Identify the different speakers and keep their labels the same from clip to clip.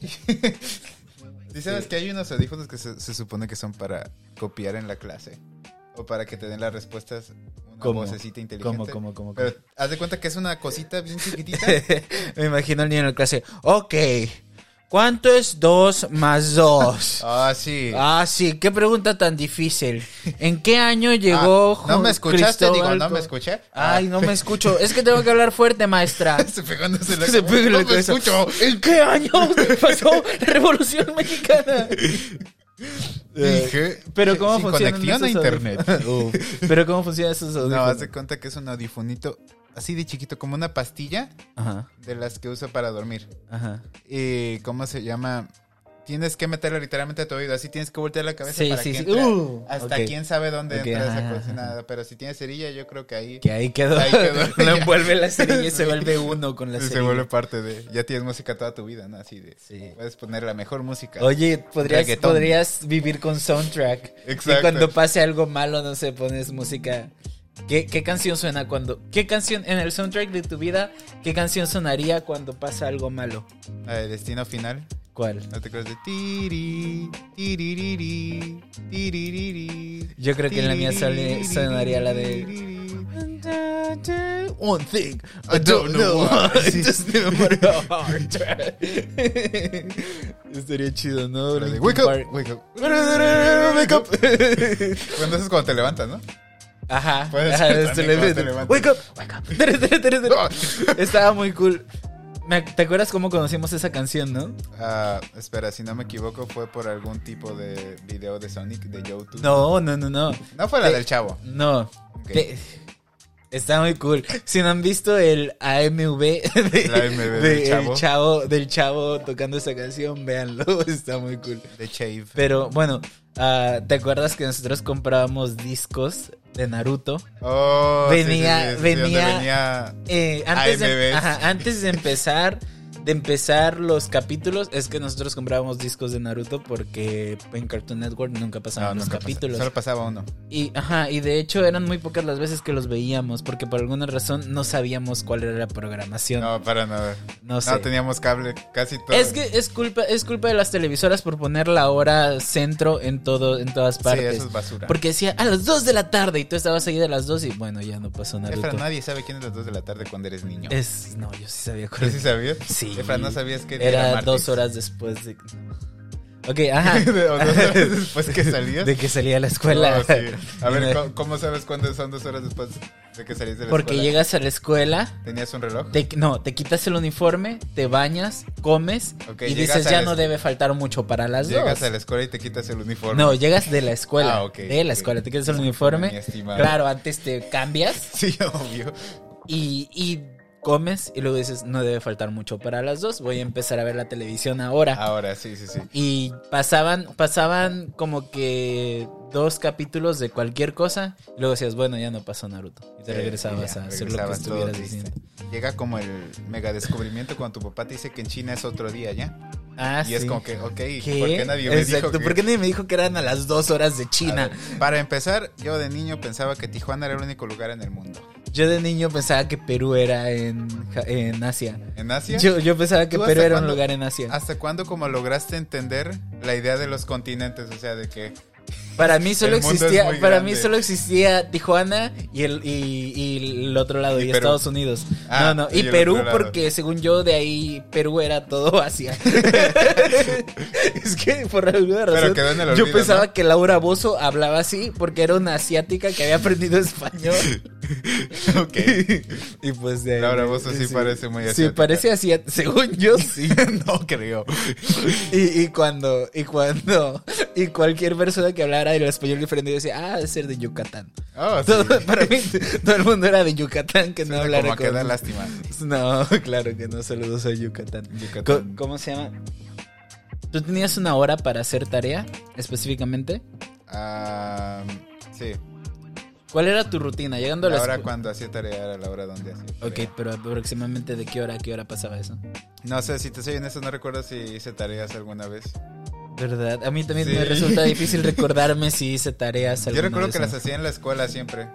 Speaker 1: Sí. ¿Sí sabes que hay unos audífonos que se, se supone que son para copiar en la clase? O para que te den las respuestas una
Speaker 2: ¿Cómo?
Speaker 1: vocecita inteligente.
Speaker 2: ¿Cómo, cómo, cómo?
Speaker 1: Pero haz de cuenta que es una cosita bien chiquitita.
Speaker 2: Me imagino al niño en la clase. Ok, ¿cuánto es 2 más 2?
Speaker 1: Ah, sí.
Speaker 2: Ah, sí, qué pregunta tan difícil. ¿En qué año llegó
Speaker 1: Ah, ¿No me
Speaker 2: Ju-
Speaker 1: escuchaste? Digo,
Speaker 2: Cristóbal
Speaker 1: ¿no
Speaker 2: Co-
Speaker 1: me escuché? Ah,
Speaker 2: Ay, no me escucho. Es que tengo que hablar fuerte, maestra.
Speaker 1: Se pegándose la
Speaker 2: Se pega en la
Speaker 1: No me
Speaker 2: cabeza.
Speaker 1: escucho.
Speaker 2: ¿En qué año pasó la Revolución Mexicana?
Speaker 1: Dije,
Speaker 2: Eh, Pero ¿cómo
Speaker 1: sin
Speaker 2: funcionan
Speaker 1: conexión a
Speaker 2: esos
Speaker 1: internet. Uf.
Speaker 2: Pero ¿cómo funcionan esos
Speaker 1: No,
Speaker 2: audífonos?
Speaker 1: haz de cuenta que es un audifonito así de chiquito, como una pastilla
Speaker 2: Ajá,
Speaker 1: de las que uso para dormir.
Speaker 2: ajá.
Speaker 1: Y, eh, ¿cómo se llama? Tienes que meterlo literalmente a tu oído, así tienes que voltear la cabeza
Speaker 2: Sí,
Speaker 1: para
Speaker 2: sí,
Speaker 1: que
Speaker 2: sí.
Speaker 1: entre.
Speaker 2: Uh,
Speaker 1: Hasta
Speaker 2: ok.
Speaker 1: quién sabe dónde
Speaker 2: Ok,
Speaker 1: entra
Speaker 2: ajá,
Speaker 1: esa
Speaker 2: ajá,
Speaker 1: cosa, nada. Pero si tienes cerilla, yo creo que ahí
Speaker 2: Que ahí quedó.
Speaker 1: Ahí quedó.
Speaker 2: Lo envuelve la cerilla y se vuelve uno con la
Speaker 1: se
Speaker 2: cerilla.
Speaker 1: vuelve parte de... Ya tienes música toda tu vida, ¿no? Así de...
Speaker 2: Sí.
Speaker 1: Puedes poner la mejor música.
Speaker 2: Oye, podrías,
Speaker 1: Reggaetón.
Speaker 2: podrías vivir con soundtrack.
Speaker 1: Exacto.
Speaker 2: Y cuando pase algo malo, no sé, pones música. ¿Qué, qué canción suena cuando.? ¿Qué canción en el soundtrack de tu vida? ¿Qué canción sonaría cuando pasa algo malo?
Speaker 1: La de Destino Final.
Speaker 2: ¿Cuál?
Speaker 1: ¿No te acuerdas de... Tiri, tiririri, tiririri,
Speaker 2: Yo creo que en la mía sale- sonaría la de.
Speaker 1: tiririri.
Speaker 2: One thing
Speaker 1: I don't know why.
Speaker 2: Just the number of heart. Estaría chido, ¿no?
Speaker 1: La de
Speaker 2: Linkin
Speaker 1: Wake up,
Speaker 2: Park.
Speaker 1: wake up.
Speaker 2: Wake up.
Speaker 1: Bueno, eso es cuando te levantas, ¿no?
Speaker 2: Ajá.
Speaker 1: Puede
Speaker 2: ajá,
Speaker 1: ser
Speaker 2: se
Speaker 1: también
Speaker 2: le
Speaker 1: cuando
Speaker 2: ve-
Speaker 1: te levantas.
Speaker 2: Wake up, wake up. Tere, tere, tere, tere. Estaba muy cool. Me ac- ¿Te acuerdas cómo conocimos esa canción, no?
Speaker 1: Ah, espera, si no me equivoco, fue por algún tipo de video de Sonic de YouTube.
Speaker 2: No, no, no, no.
Speaker 1: No fue la
Speaker 2: Sí.
Speaker 1: del chavo.
Speaker 2: No.
Speaker 1: Ok.
Speaker 2: Te- Está muy cool. Si no han visto el AMV de-
Speaker 1: El AMV del
Speaker 2: de
Speaker 1: chavo.
Speaker 2: el chavo, del chavo tocando esa canción, véanlo, está muy cool.
Speaker 1: De Chave.
Speaker 2: Pero bueno, ah, ¿te acuerdas que nosotros comprábamos discos de Naruto?
Speaker 1: Oh, sí, sí,
Speaker 2: Venía-
Speaker 1: sí, sí, sí, donde
Speaker 2: venía-
Speaker 1: venía-
Speaker 2: Eh, antes, de,
Speaker 1: AMVs.
Speaker 2: ajá, antes de empezar de empezar los capítulos es que nosotros comprábamos discos de Naruto porque en Cartoon Network nunca
Speaker 1: No,
Speaker 2: pasaban los
Speaker 1: Ah, nunca pasaba.
Speaker 2: capítulos
Speaker 1: Solo pasaba uno.
Speaker 2: y ajá y de hecho eran muy pocas las veces que los veíamos porque por alguna razón no sabíamos cuál era la programación no,
Speaker 1: No, para nada.
Speaker 2: sé
Speaker 1: No teníamos cable casi todo.
Speaker 2: es que es culpa es culpa de las televisoras por poner la hora centro en todo en todas
Speaker 1: Sí,
Speaker 2: partes
Speaker 1: eso es basura.
Speaker 2: porque decía a las 2 de la tarde y tú estabas ahí de las 2 y bueno ya no pasó
Speaker 1: Efra,
Speaker 2: Naruto
Speaker 1: nadie sabe quién es las 2 de la tarde cuando eres niño.
Speaker 2: es no yo sí sabía cuál
Speaker 1: ¿Tú
Speaker 2: era.
Speaker 1: sí sabías?
Speaker 2: Sí.
Speaker 1: Efra, no sabías que
Speaker 2: Era
Speaker 1: martes.
Speaker 2: dos horas después de. Ok, ajá.
Speaker 1: O dos horas después que salías.
Speaker 2: De que salía a la escuela.
Speaker 1: No, sí. A
Speaker 2: Y
Speaker 1: ver,
Speaker 2: no-
Speaker 1: ¿cómo, cómo sabes cuándo son dos horas después de que salís de la
Speaker 2: Porque
Speaker 1: escuela?
Speaker 2: llegas a la escuela,
Speaker 1: ¿Tenías un reloj?
Speaker 2: te, no, te quitas el uniforme, te bañas, comes
Speaker 1: Ok,
Speaker 2: y
Speaker 1: llegas
Speaker 2: dices
Speaker 1: a
Speaker 2: ya
Speaker 1: la
Speaker 2: no
Speaker 1: escu-
Speaker 2: debe faltar mucho para las
Speaker 1: Llegas
Speaker 2: dos.
Speaker 1: a la escuela y te quitas el uniforme.
Speaker 2: No, llegas de la escuela.
Speaker 1: Ah, ok,
Speaker 2: de la
Speaker 1: ok.
Speaker 2: escuela, te quitas el
Speaker 1: Mi
Speaker 2: uniforme.
Speaker 1: estimado.
Speaker 2: Claro, antes te cambias
Speaker 1: Sí, obvio.
Speaker 2: y, y comes y luego dices no debe faltar mucho para las dos. Voy a empezar a ver la televisión ahora.
Speaker 1: Ahora, sí, sí, sí.
Speaker 2: Y pasaban, pasaban como que dos capítulos de cualquier cosa. Y luego decías, bueno, ya no pasó Naruto. Y te
Speaker 1: Eh,
Speaker 2: regresabas
Speaker 1: ya,
Speaker 2: a hacer lo que
Speaker 1: regresabas todo
Speaker 2: estuvieras
Speaker 1: triste.
Speaker 2: diciendo.
Speaker 1: Llega como el mega descubrimiento cuando tu papá te dice que en China es otro día, ¿ya?
Speaker 2: Ah,
Speaker 1: y es
Speaker 2: sí.
Speaker 1: como que, ok,
Speaker 2: ¿Qué?
Speaker 1: ¿por qué nadie me
Speaker 2: Exacto,
Speaker 1: dijo que...
Speaker 2: ¿por qué nadie me dijo que eran a las dos horas de
Speaker 1: A
Speaker 2: China?
Speaker 1: ver, para empezar, yo de niño pensaba que Tijuana era el único lugar en el mundo.
Speaker 2: Yo de niño pensaba que Perú era en, Ja- en Asia.
Speaker 1: ¿En Asia?
Speaker 2: Yo, yo pensaba que
Speaker 1: ¿Tú
Speaker 2: Perú
Speaker 1: hasta
Speaker 2: era un
Speaker 1: cuándo-
Speaker 2: lugar en Asia.
Speaker 1: ¿Hasta cuándo como lograste entender la idea de los continentes? O sea, de que...
Speaker 2: Para mí solo
Speaker 1: El mundo es
Speaker 2: existía,
Speaker 1: muy
Speaker 2: para
Speaker 1: grande.
Speaker 2: mí solo existía Tijuana y el y, y el otro lado
Speaker 1: Y
Speaker 2: y,
Speaker 1: Perú.
Speaker 2: Estados Unidos.
Speaker 1: Ah,
Speaker 2: no, no,
Speaker 1: y
Speaker 2: y,
Speaker 1: el
Speaker 2: Perú
Speaker 1: otro lado.
Speaker 2: porque según yo de ahí Perú era todo Asia. es que por alguna razón
Speaker 1: quedó en el olvido,
Speaker 2: yo pensaba
Speaker 1: ¿no?
Speaker 2: que Laura Bozo hablaba así porque era una asiática que había aprendido español.
Speaker 1: Ok.
Speaker 2: y pues de ahí-
Speaker 1: Laura Bozo sí parece muy
Speaker 2: Sí,
Speaker 1: asiática.
Speaker 2: parece asiática, según yo sí.
Speaker 1: no creo.
Speaker 2: Y, y cuando, y cuando, y cualquier persona que hablara el español diferente, yo decía, ah, debe ser de Yucatán.
Speaker 1: Oh, sí.
Speaker 2: Todo- para mí, todo el mundo era de Yucatán que no
Speaker 1: Suena
Speaker 2: hablara
Speaker 1: como a que
Speaker 2: con-
Speaker 1: da lástima.
Speaker 2: No, claro que no, saludos a Yucatán. Co-
Speaker 1: Yucatán.
Speaker 2: ¿Cómo se llama? ¿Tú tenías una hora para hacer tarea específicamente?
Speaker 1: Ah, sí.
Speaker 2: ¿Cuál era tu rutina? Llegando a
Speaker 1: La
Speaker 2: la
Speaker 1: hora
Speaker 2: escu-
Speaker 1: cuando hacía tarea era la hora donde hacía
Speaker 2: Ok,
Speaker 1: tarea.
Speaker 2: pero aproximadamente de qué hora a qué hora pasaba eso.
Speaker 1: No sé, si te soy honesto, no recuerdo si hice tareas alguna vez.
Speaker 2: ¿Verdad? A mí también me
Speaker 1: Sí.
Speaker 2: resulta difícil recordarme si hice tareas.
Speaker 1: Yo
Speaker 2: alguna
Speaker 1: recuerdo
Speaker 2: vez
Speaker 1: que
Speaker 2: o no.
Speaker 1: las hacía en la escuela siempre.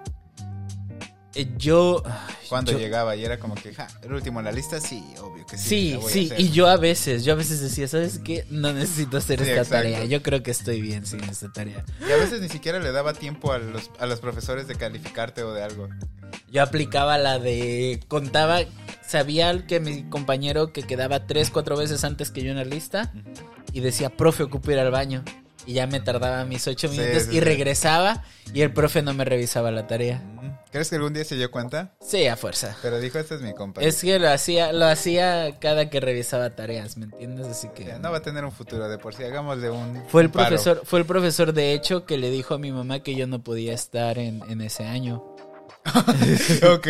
Speaker 2: eh, yo.
Speaker 1: Cuando
Speaker 2: yo-
Speaker 1: llegaba y era como que, ja, el último en la lista, sí, obvio que sí.
Speaker 2: Sí, sí, y yo a veces, yo a veces decía, ¿sabes qué? No necesito hacer
Speaker 1: Sí,
Speaker 2: esta
Speaker 1: exacto.
Speaker 2: tarea. Yo creo que estoy bien sin esta tarea.
Speaker 1: Y a veces ni siquiera le daba tiempo a los, a los profesores de calificarte o de algo.
Speaker 2: Yo aplicaba la de. Contaba. Sabía que mi compañero que quedaba tres, cuatro veces antes que yo en la lista. Y decía, profe, ocupo ir al baño. Y ya me tardaba mis ocho
Speaker 1: Sí,
Speaker 2: minutos.
Speaker 1: sí,
Speaker 2: y
Speaker 1: sí.
Speaker 2: regresaba. Y el profe no me revisaba la tarea.
Speaker 1: ¿Crees que algún día se dio cuenta?
Speaker 2: Sí, a fuerza.
Speaker 1: Pero dijo, este es mi compa.
Speaker 2: Es que lo hacía, lo hacía cada que revisaba tareas, ¿me entiendes? Así que.
Speaker 1: Ya, No va a tener un futuro de por sí, hagámosle un...
Speaker 2: Fue el
Speaker 1: un paro.
Speaker 2: profesor, fue el profesor de hecho que le dijo a mi mamá que yo no podía estar en, en ese año.
Speaker 1: ok.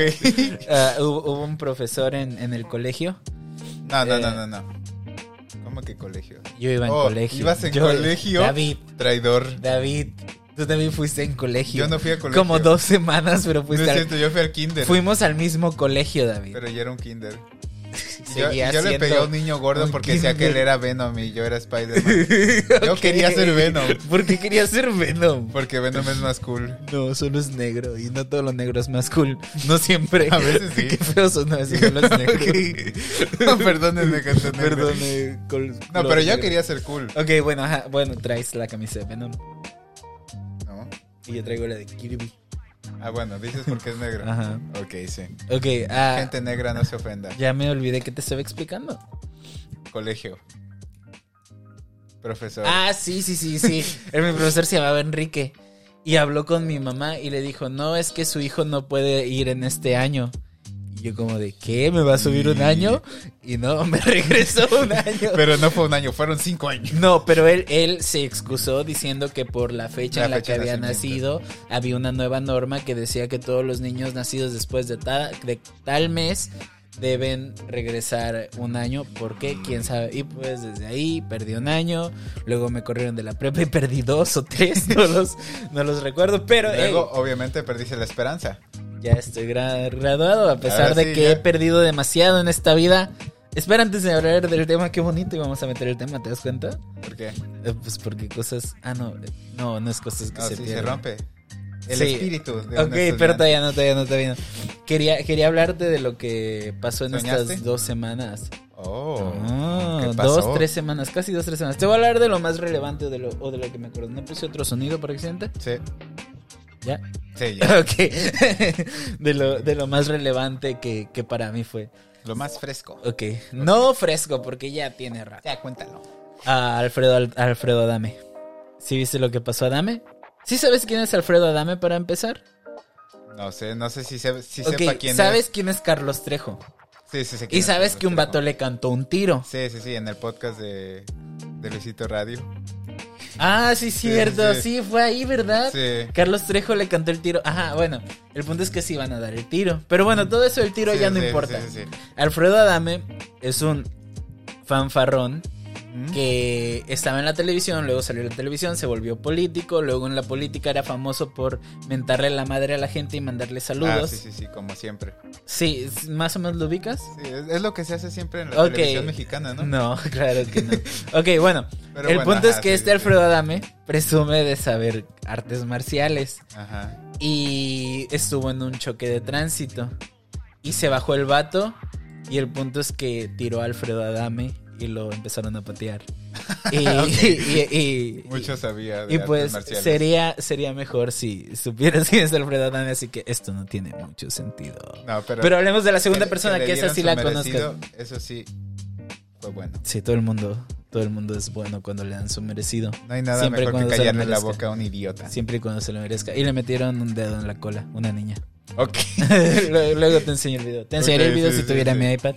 Speaker 2: Ah, hubo, hubo un profesor en, en el colegio.
Speaker 1: No, no,
Speaker 2: Eh.
Speaker 1: no, no, no. ¿Cómo que colegio?
Speaker 2: Yo iba en
Speaker 1: Oh,
Speaker 2: colegio.
Speaker 1: ¿ibas en
Speaker 2: Yo-
Speaker 1: colegio?
Speaker 2: David,
Speaker 1: Traidor.
Speaker 2: David, tú también fuiste en colegio.
Speaker 1: Yo no fui a colegio.
Speaker 2: Como dos semanas,
Speaker 1: No
Speaker 2: pero
Speaker 1: es
Speaker 2: fuiste al-
Speaker 1: cierto, yo fui al kinder.
Speaker 2: fuimos al mismo colegio, David.
Speaker 1: Pero yo era un kinder. Y Yo,
Speaker 2: Seguía
Speaker 1: y yo le
Speaker 2: siendo-
Speaker 1: pegué a un niño gordo
Speaker 2: un
Speaker 1: porque decía que él
Speaker 2: kinder.
Speaker 1: era Venom y yo era Spider-Man. Yo
Speaker 2: Ok.
Speaker 1: quería ser Venom.
Speaker 2: ¿Por qué quería ser Venom?
Speaker 1: Porque Venom es más cool.
Speaker 2: No, solo es negro y no todo lo negro es más cool. No siempre.
Speaker 1: A veces sí.
Speaker 2: Qué feo sonó eso, solo es negro.
Speaker 1: Perdónenme, gente negra.
Speaker 2: Perdón. eh, col-
Speaker 1: No,
Speaker 2: color
Speaker 1: pero yo
Speaker 2: negro.
Speaker 1: quería ser cool.
Speaker 2: Ok, bueno, ajá, bueno, traes la camisa de Venom
Speaker 1: ¿No?
Speaker 2: y yo traigo la de Kirby.
Speaker 1: Ah, bueno, dices porque es negro.
Speaker 2: Ajá.
Speaker 1: Ok, sí.
Speaker 2: Ok, ah,
Speaker 1: Gente negra no se ofenda.
Speaker 2: ya me olvidé que te estaba explicando.
Speaker 1: Colegio. Profesor.
Speaker 2: Ah, sí, sí, sí, sí. El- Mi profesor se llamaba Enrique y habló con mi mamá y le dijo, no, es que su hijo no puede ir en este año. Y yo como de, ¿qué? ¿Me va a subir un
Speaker 1: Y-
Speaker 2: año? Y no, me regresó un año.
Speaker 1: Pero no fue un año, fueron cinco años.
Speaker 2: No, pero él, él se excusó diciendo que por la fecha
Speaker 1: La
Speaker 2: en la
Speaker 1: fecha
Speaker 2: que
Speaker 1: de
Speaker 2: había
Speaker 1: nacimiento.
Speaker 2: nacido había una nueva norma que decía que todos los niños nacidos después de, ta- de tal mes deben regresar un año porque quién sabe y pues desde ahí perdí un año luego me corrieron de la prepa y perdí dos o tres no los, no los recuerdo pero
Speaker 1: Luego, obviamente, perdiste la esperanza.
Speaker 2: hey, ya estoy gra- graduado a pesar
Speaker 1: Ahora
Speaker 2: de
Speaker 1: sí,
Speaker 2: que
Speaker 1: ya.
Speaker 2: he perdido demasiado en esta vida espera antes de hablar del tema qué bonito y vamos a meter el tema te das cuenta
Speaker 1: Porque
Speaker 2: eh, Pues porque cosas. Ah, no. eh, No, no es cosas que
Speaker 1: no,
Speaker 2: se
Speaker 1: Ah, sí, se
Speaker 2: pierden.
Speaker 1: rompe. El
Speaker 2: Sí.
Speaker 1: espíritu. De un
Speaker 2: Ok, pero
Speaker 1: estudiante.
Speaker 2: todavía no, todavía no, todavía no. Quería, quería hablarte de lo que pasó en
Speaker 1: ¿Soñaste?
Speaker 2: estas dos semanas.
Speaker 1: Oh,
Speaker 2: Ah,
Speaker 1: ¿qué pasó?
Speaker 2: dos, tres semanas, casi dos, tres semanas. Te voy a hablar de lo más relevante o de lo, o de lo que me acuerdo. ¿No puse otro sonido por accidente?
Speaker 1: Sí,
Speaker 2: Ya.
Speaker 1: sí, ya.
Speaker 2: Ok. de, lo, de lo más relevante que, que para mí fue.
Speaker 1: Lo más fresco.
Speaker 2: Ok. No fresco, porque ya tiene rato.
Speaker 1: Ya, cuéntalo.
Speaker 2: a Alfredo, Al- Alfredo Adame. ¿Sí viste lo que pasó a Adame? ¿Sí sabes quién es Alfredo Adame para empezar?
Speaker 1: No sé, no sé si, se, si
Speaker 2: ok,
Speaker 1: sepa quién
Speaker 2: ¿sabes quién es Carlos Trejo?
Speaker 1: es. Sí, sí, sé quién
Speaker 2: Y
Speaker 1: es,
Speaker 2: sabes
Speaker 1: pero
Speaker 2: que un
Speaker 1: no
Speaker 2: vato
Speaker 1: sé
Speaker 2: le cantó un tiro.
Speaker 1: cómo. Sí, sí, sí, en el podcast de, de Luisito Radio.
Speaker 2: Ah, sí, cierto.
Speaker 1: sí,
Speaker 2: Sí, fue ahí, ¿verdad?
Speaker 1: Sí.
Speaker 2: Carlos Trejo le cantó el tiro. Ajá, bueno. El punto es que sí van a dar el tiro. Pero bueno, todo eso del tiro
Speaker 1: Sí,
Speaker 2: ya no
Speaker 1: sí,
Speaker 2: importa.
Speaker 1: Sí, sí, sí.
Speaker 2: Alfredo Adame es un fanfarrón
Speaker 1: ¿Mm?
Speaker 2: que estaba en la televisión, luego salió de la televisión, se volvió político, luego en la política era famoso por mentarle la madre a la gente y mandarle
Speaker 1: Ah,
Speaker 2: saludos.
Speaker 1: sí, sí, sí, como siempre.
Speaker 2: sí. es- más o menos lo ubicas.
Speaker 1: Sí, es, es lo que se hace siempre en la
Speaker 2: Ok.
Speaker 1: televisión mexicana, ¿no?
Speaker 2: No, claro que no. Ok, bueno.
Speaker 1: Pero
Speaker 2: el
Speaker 1: bueno,
Speaker 2: punto es
Speaker 1: ajá,
Speaker 2: que
Speaker 1: sí, sí,
Speaker 2: este
Speaker 1: sí.
Speaker 2: Alfredo Adame presume de saber artes marciales
Speaker 1: Ajá.
Speaker 2: y estuvo en un choque de tránsito y se bajó el vato y el punto es que tiró a Alfredo Adame y lo empezaron a patear. Y, y- y- y-
Speaker 1: Mucho sabía de
Speaker 2: y
Speaker 1: artes
Speaker 2: pues
Speaker 1: marciales.
Speaker 2: sería, sería mejor si supieras quién es Alfredo Adame, así que esto no tiene mucho sentido.
Speaker 1: No, pero,
Speaker 2: Pero hablemos de la segunda
Speaker 1: le-
Speaker 2: persona
Speaker 1: le
Speaker 2: que, esa
Speaker 1: dieron
Speaker 2: sí
Speaker 1: su
Speaker 2: la
Speaker 1: merecido,
Speaker 2: conozco.
Speaker 1: Eso sí fue bueno.
Speaker 2: Sí, todo el mundo, todo el mundo es bueno cuando le dan su merecido.
Speaker 1: No hay nada
Speaker 2: Siempre
Speaker 1: mejor
Speaker 2: cuando
Speaker 1: que
Speaker 2: se lo
Speaker 1: callarle la
Speaker 2: merezca.
Speaker 1: boca a un idiota.
Speaker 2: Siempre y cuando se lo merezca. Y le metieron un dedo en la cola, una niña.
Speaker 1: Ok.
Speaker 2: Luego luego te enseño el video. Te enseñaré el
Speaker 1: Ok,
Speaker 2: video
Speaker 1: sí,
Speaker 2: si
Speaker 1: sí,
Speaker 2: tuviera
Speaker 1: sí.
Speaker 2: mi iPad.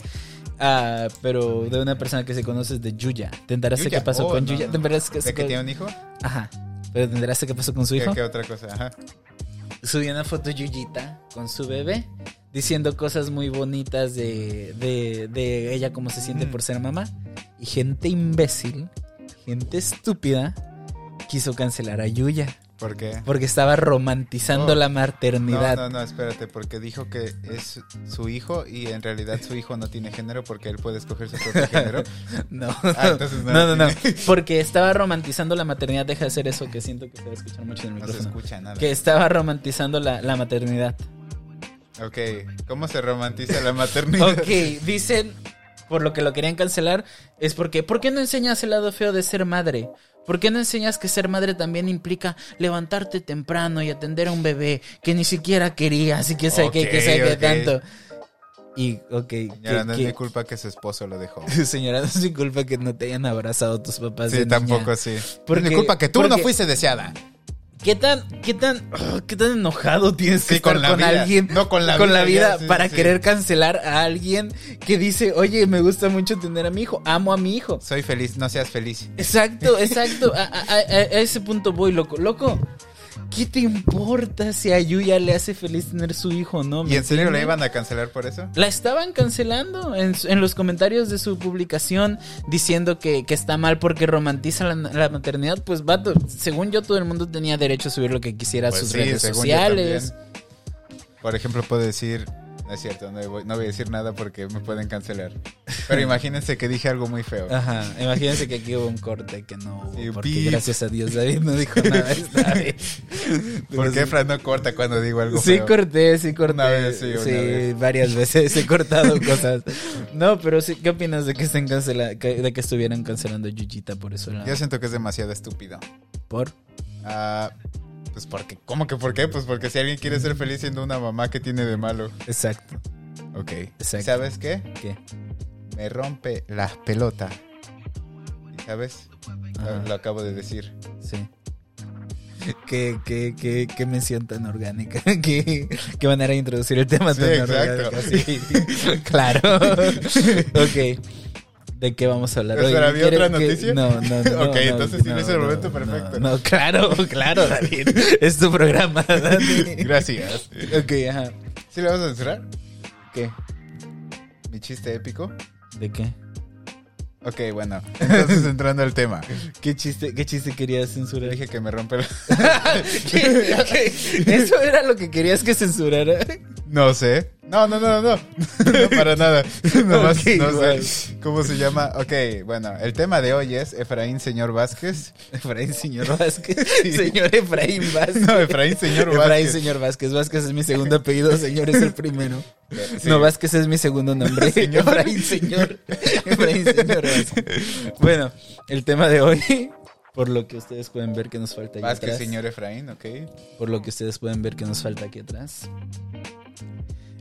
Speaker 2: Ah, pero de una persona que se conoce es de Yuya. ¿Te enteraste
Speaker 1: Yuya,
Speaker 2: qué pasó
Speaker 1: oh,
Speaker 2: con
Speaker 1: no,
Speaker 2: Yuya?
Speaker 1: no.
Speaker 2: ¿Te enteraste qué
Speaker 1: ¿De que tiene un hijo?
Speaker 2: Ajá. ¿Pero te enteraste qué pasó con su
Speaker 1: ¿Qué,
Speaker 2: hijo?
Speaker 1: qué otra cosa? Ajá.
Speaker 2: Subió una foto Yuyita con su bebé diciendo cosas muy bonitas de, de, de ella, cómo se siente
Speaker 1: Mm.
Speaker 2: por ser mamá. Y gente imbécil, gente estúpida, quiso cancelar a Yuya
Speaker 1: ¿Por qué?
Speaker 2: porque estaba romantizando
Speaker 1: Oh.
Speaker 2: la
Speaker 1: No,
Speaker 2: maternidad.
Speaker 1: no, no, espérate, porque dijo que es su hijo y en realidad su hijo no tiene género porque él puede escoger su propio género.
Speaker 2: No,
Speaker 1: Ah, entonces
Speaker 2: no,
Speaker 1: no lo
Speaker 2: no, no. Porque estaba romantizando la maternidad. Deja de hacer eso que siento que se va a escuchar mucho en el
Speaker 1: No se
Speaker 2: micrófono.
Speaker 1: escucha nada.
Speaker 2: Que estaba romantizando la, la maternidad.
Speaker 1: Ok, ¿cómo se romantiza la maternidad?
Speaker 2: Ok, dicen, por lo que lo querían cancelar, es porque, ¿por qué no enseñas el lado feo de ser madre? ¿Por qué no enseñas que ser madre también implica levantarte temprano y atender a un bebé que ni siquiera querías y que sé qué, que
Speaker 1: Ok,
Speaker 2: sé qué
Speaker 1: ok.
Speaker 2: tanto? Y, ok,
Speaker 1: Señora,
Speaker 2: que-
Speaker 1: no es
Speaker 2: que-
Speaker 1: mi culpa que su esposo lo dejó.
Speaker 2: señora, no es mi culpa que no te hayan abrazado tus papás. de
Speaker 1: Sí,
Speaker 2: niña.
Speaker 1: tampoco sí.
Speaker 2: Porque-
Speaker 1: es mi culpa que tú no
Speaker 2: porque-
Speaker 1: fuiste deseada.
Speaker 2: ¿Qué tan, qué tan, ah, qué tan enojado tienes que
Speaker 1: Sí,
Speaker 2: estar
Speaker 1: con
Speaker 2: con,
Speaker 1: la vida.
Speaker 2: alguien,
Speaker 1: No, con la vida,
Speaker 2: vida,
Speaker 1: ya, sí,
Speaker 2: para
Speaker 1: sí.
Speaker 2: querer cancelar a alguien que dice, oye, me gusta mucho tener a mi hijo, amo a mi hijo?
Speaker 1: Soy feliz, no seas feliz.
Speaker 2: Exacto, exacto. A, a- a- a ese punto voy, loco. Loco, ¿qué te importa si a Yuya le hace feliz tener su hijo, no?
Speaker 1: ¿Y
Speaker 2: ¿Me
Speaker 1: en serio la
Speaker 2: entiendes?
Speaker 1: iban a cancelar por eso?
Speaker 2: La estaban cancelando en, su- en los comentarios de su publicación diciendo que, que está mal porque romantiza la, la maternidad. Pues, vato, según yo, todo el mundo tenía derecho a subir lo que quisiera a
Speaker 1: Pues
Speaker 2: sus
Speaker 1: sí,
Speaker 2: redes
Speaker 1: según yo también.
Speaker 2: sociales.
Speaker 1: Por ejemplo, puedo decir, no es cierto, no voy, no voy a decir nada porque me pueden cancelar. Pero imagínense que dije algo muy feo.
Speaker 2: Ajá, imagínense que aquí hubo un corte que no hubo,
Speaker 1: Sí,
Speaker 2: porque
Speaker 1: pip.
Speaker 2: gracias a Dios David no dijo nada esta vez.
Speaker 1: ¿Por qué Fran no corta cuando digo algo
Speaker 2: pues Sí
Speaker 1: feo?
Speaker 2: corté, sí corté.
Speaker 1: Una vez, sí, una
Speaker 2: Sí,
Speaker 1: vez.
Speaker 2: varias veces he cortado cosas. No, pero sí, ¿qué opinas de que estén cancela- que- de que estuvieran cancelando Yuyita por eso? la-
Speaker 1: Yo siento que es demasiado estúpido.
Speaker 2: por
Speaker 1: Ah, pues porque, ¿cómo que por qué? Pues porque si alguien quiere ser feliz siendo una mamá, ¿qué tiene de malo?
Speaker 2: exacto.
Speaker 1: Ok.
Speaker 2: Exacto.
Speaker 1: ¿Sabes qué?
Speaker 2: ¿Qué?
Speaker 1: Me rompe las pelotas. ¿Y sabes?
Speaker 2: Ajá.
Speaker 1: Lo acabo de decir.
Speaker 2: Sí. ¿Qué, qué, qué, qué mención tan orgánica. ¿Qué, qué manera de introducir el tema
Speaker 1: Sí,
Speaker 2: tan
Speaker 1: exacto.
Speaker 2: orgánica. Sí. claro. ok. ¿De qué vamos a hablar hoy?
Speaker 1: Espera, ¿había
Speaker 2: ¿Quieres
Speaker 1: otra
Speaker 2: que-
Speaker 1: noticia?
Speaker 2: No, no, no.
Speaker 1: Ok,
Speaker 2: no,
Speaker 1: entonces sí,
Speaker 2: no,
Speaker 1: no es el
Speaker 2: no,
Speaker 1: momento
Speaker 2: no,
Speaker 1: perfecto.
Speaker 2: No, claro, claro, David. Es tu programa, Dani.
Speaker 1: Gracias.
Speaker 2: Ok, ajá.
Speaker 1: ¿Sí le vamos a censurar?
Speaker 2: ¿Qué?
Speaker 1: ¿Mi chiste épico?
Speaker 2: ¿De qué?
Speaker 1: Ok, bueno. Entonces entrando al tema.
Speaker 2: ¿Qué chiste, qué chiste querías
Speaker 1: Le
Speaker 2: censurar? Ah,
Speaker 1: dije que me rompe la...
Speaker 2: ¿Qué? Ok, Eso era lo que querías que censurara.
Speaker 1: No sé. No, no, no, no. No para nada. Nomás
Speaker 2: Ok,
Speaker 1: no
Speaker 2: igual.
Speaker 1: sé. ¿Cómo se llama? Ok, bueno. El tema de hoy es Efraín Señor Vázquez.
Speaker 2: Efraín Señor Vázquez. Señor Efraín Vázquez.
Speaker 1: No, Efraín Señor Vázquez.
Speaker 2: Efraín Señor Vázquez. Vázquez es mi segundo apellido, señor es el primero.
Speaker 1: Sí.
Speaker 2: No, Vázquez es mi segundo nombre.
Speaker 1: Señor.
Speaker 2: Efraín Señor. Efraín Señor Vázquez. Bueno, el tema de hoy, por lo que ustedes pueden ver que nos falta aquí
Speaker 1: Vázquez
Speaker 2: atrás.
Speaker 1: Señor Efraín, ok.
Speaker 2: Por lo que ustedes pueden ver que nos falta aquí atrás.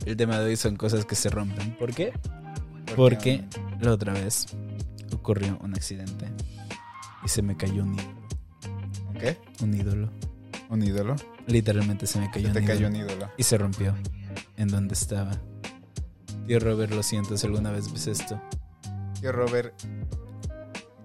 Speaker 2: El tema de hoy son cosas que se rompen. ¿Por qué? Porque la otra vez ocurrió un accidente y se me cayó un ídolo.
Speaker 1: ¿Qué?
Speaker 2: Un ídolo.
Speaker 1: ¿Un ídolo?
Speaker 2: Literalmente se me cayó
Speaker 1: Se
Speaker 2: un
Speaker 1: te
Speaker 2: ídolo.
Speaker 1: cayó un ídolo.
Speaker 2: Y se rompió en donde estaba. Tío Robert, lo siento si alguna vez ves esto.
Speaker 1: Yo, Robert,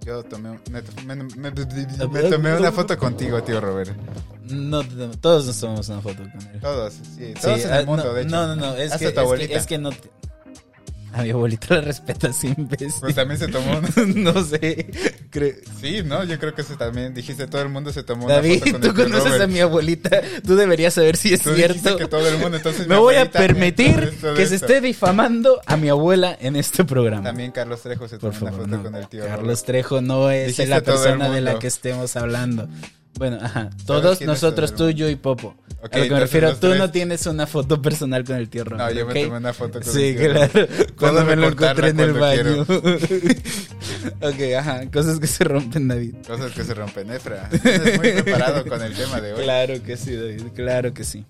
Speaker 1: yo tomé, un- me, me- me- me- me tomé una foto contigo, tío Robert.
Speaker 2: No, te tomo- todos nos tomamos una foto con él.
Speaker 1: Todos, sí, todos
Speaker 2: Sí,
Speaker 1: en
Speaker 2: ah,
Speaker 1: el mundo,
Speaker 2: no,
Speaker 1: de hecho.
Speaker 2: No, no, no, es
Speaker 1: Hasta
Speaker 2: que,
Speaker 1: tu
Speaker 2: es que-
Speaker 1: abuelita.
Speaker 2: es que no te- A mi abuelita la respetas imbécil.
Speaker 1: Pues también se tomó una.
Speaker 2: no sé. cre-
Speaker 1: Sí, ¿no? Yo creo que eso también dijiste, todo el mundo se tomó
Speaker 2: David,
Speaker 1: una foto con
Speaker 2: tú
Speaker 1: el tío
Speaker 2: conoces
Speaker 1: Robert.
Speaker 2: a mi abuelita. Tú deberías saber si es
Speaker 1: Tú dijiste
Speaker 2: cierto.
Speaker 1: que todo el mundo, entonces
Speaker 2: Me
Speaker 1: mi
Speaker 2: voy a
Speaker 1: abuelita,
Speaker 2: permitir
Speaker 1: esto, esto,
Speaker 2: que se
Speaker 1: esto.
Speaker 2: esté difamando a mi abuela en este programa.
Speaker 1: También Carlos Trejo se tomó
Speaker 2: Por
Speaker 1: una
Speaker 2: favor,
Speaker 1: foto
Speaker 2: no.
Speaker 1: con el tío
Speaker 2: Carlos Trejo no es
Speaker 1: Dijiste
Speaker 2: la
Speaker 1: todo el
Speaker 2: persona de la
Speaker 1: mundo.
Speaker 2: que estemos hablando. Bueno, ajá. Todos
Speaker 1: quién es
Speaker 2: nosotros,
Speaker 1: todo
Speaker 2: tú,
Speaker 1: el
Speaker 2: yo y Popo.
Speaker 1: Ok,
Speaker 2: a lo que me
Speaker 1: entonces
Speaker 2: refiero,
Speaker 1: los
Speaker 2: tú
Speaker 1: tres.
Speaker 2: no tienes una foto personal con el tío
Speaker 1: Robert. No,
Speaker 2: Robert.
Speaker 1: yo me
Speaker 2: ¿ok?
Speaker 1: tomé una foto con
Speaker 2: Sí,
Speaker 1: el tío
Speaker 2: claro.
Speaker 1: Robert.
Speaker 2: Cuando
Speaker 1: Puedo
Speaker 2: me lo
Speaker 1: recortarla
Speaker 2: encontré en el
Speaker 1: cuando
Speaker 2: baño.
Speaker 1: quiero.
Speaker 2: ok, ajá. Cosas que se rompen, David.
Speaker 1: Cosas que se rompen, Efra. Estás muy preparado con el tema de hoy.
Speaker 2: Claro que sí, David. Claro que sí.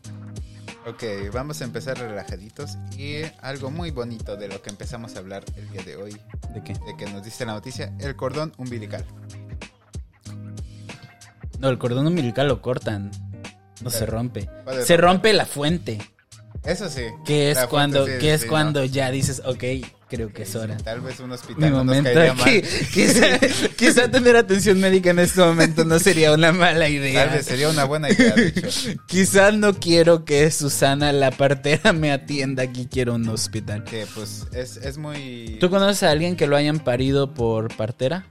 Speaker 1: Ok, vamos a empezar relajaditos y algo muy bonito de lo que empezamos a hablar el día de hoy,
Speaker 2: ¿De qué?
Speaker 1: de que nos dice la noticia, el cordón umbilical.
Speaker 2: No, el cordón umbilical lo cortan. No se rompe.
Speaker 1: Puede
Speaker 2: Se
Speaker 1: romper.
Speaker 2: rompe la fuente.
Speaker 1: Eso sí.
Speaker 2: Que es
Speaker 1: la fuente
Speaker 2: cuando,
Speaker 1: sí,
Speaker 2: que es
Speaker 1: sí, ¿no?
Speaker 2: cuando ya dices, ok, creo que es
Speaker 1: Sí,
Speaker 2: hora.
Speaker 1: Tal vez un
Speaker 2: Mi
Speaker 1: hospital no nos
Speaker 2: momento
Speaker 1: caería
Speaker 2: aquí.
Speaker 1: mal.
Speaker 2: Quizá, quizá tener atención médica en este momento no sería una mala idea.
Speaker 1: Tal vez sería una buena idea, de hecho.
Speaker 2: Quizá no quiero que Susana, la partera, me atienda aquí. Quiero un hospital.
Speaker 1: Que pues es, es muy...
Speaker 2: ¿Tú conoces a alguien que lo hayan parido por partera?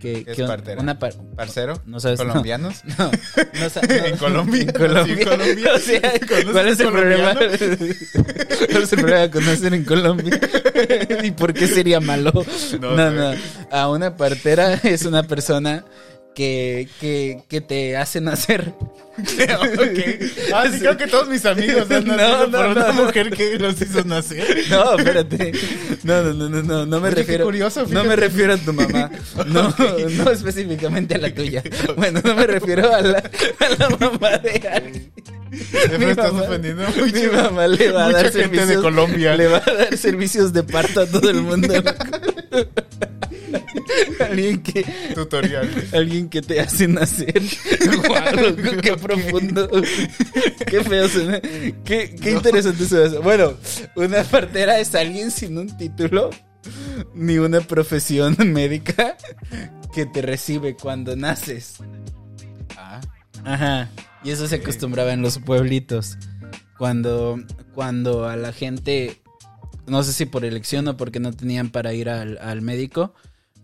Speaker 2: Que,
Speaker 1: ¿Qué es
Speaker 2: que un-
Speaker 1: partera?
Speaker 2: Una par-
Speaker 1: ¿Parcero?
Speaker 2: No sabes, no.
Speaker 1: ¿Colombianos?
Speaker 2: No, no sa-
Speaker 1: ¿En
Speaker 2: no.
Speaker 1: Colombia?
Speaker 2: En Colombia.
Speaker 1: Sí, en Colombia.
Speaker 2: O sea,
Speaker 1: ¿Conoces
Speaker 2: ¿cuál es el problema?
Speaker 1: colombiano?
Speaker 2: ¿Cuál es el problema con nacer en Colombia? ¿Y por qué sería malo? No,
Speaker 1: No
Speaker 2: no.
Speaker 1: sé.
Speaker 2: A una partera es una persona que, que, que te hacen hacer.
Speaker 1: Ok. Ah, sí, creo que todos mis amigos han
Speaker 2: No,
Speaker 1: nacido
Speaker 2: no,
Speaker 1: por una
Speaker 2: no.
Speaker 1: mujer que los hizo nacer.
Speaker 2: No, espérate. No, no, no, no, no, no me
Speaker 1: Oye, qué
Speaker 2: refiero.
Speaker 1: curioso,
Speaker 2: no
Speaker 1: fíjate.
Speaker 2: me refiero a tu mamá. No, no específicamente a la tuya. Bueno, no me refiero a la, a la mamá de alguien.
Speaker 1: De
Speaker 2: Mi
Speaker 1: me estás
Speaker 2: mamá-
Speaker 1: ofendiendo
Speaker 2: Mi
Speaker 1: mucho.
Speaker 2: mamá le va a
Speaker 1: mucha
Speaker 2: dar
Speaker 1: gente de
Speaker 2: servicios.
Speaker 1: Colombia.
Speaker 2: Le va a dar servicios de parto a todo el mundo. loco. alguien que.
Speaker 1: Tutorial.
Speaker 2: Alguien que te hace nacer. Guau, loco, qué profundo. Qué feo suena. Qué, qué
Speaker 1: No.
Speaker 2: interesante suena eso. Bueno, una partera es alguien sin un título ni una profesión médica que te recibe cuando naces.
Speaker 1: Ah,
Speaker 2: Ajá. Y eso se acostumbraba en los pueblitos. Cuando, cuando a la gente, no sé si por elección o porque no tenían para ir al, al médico,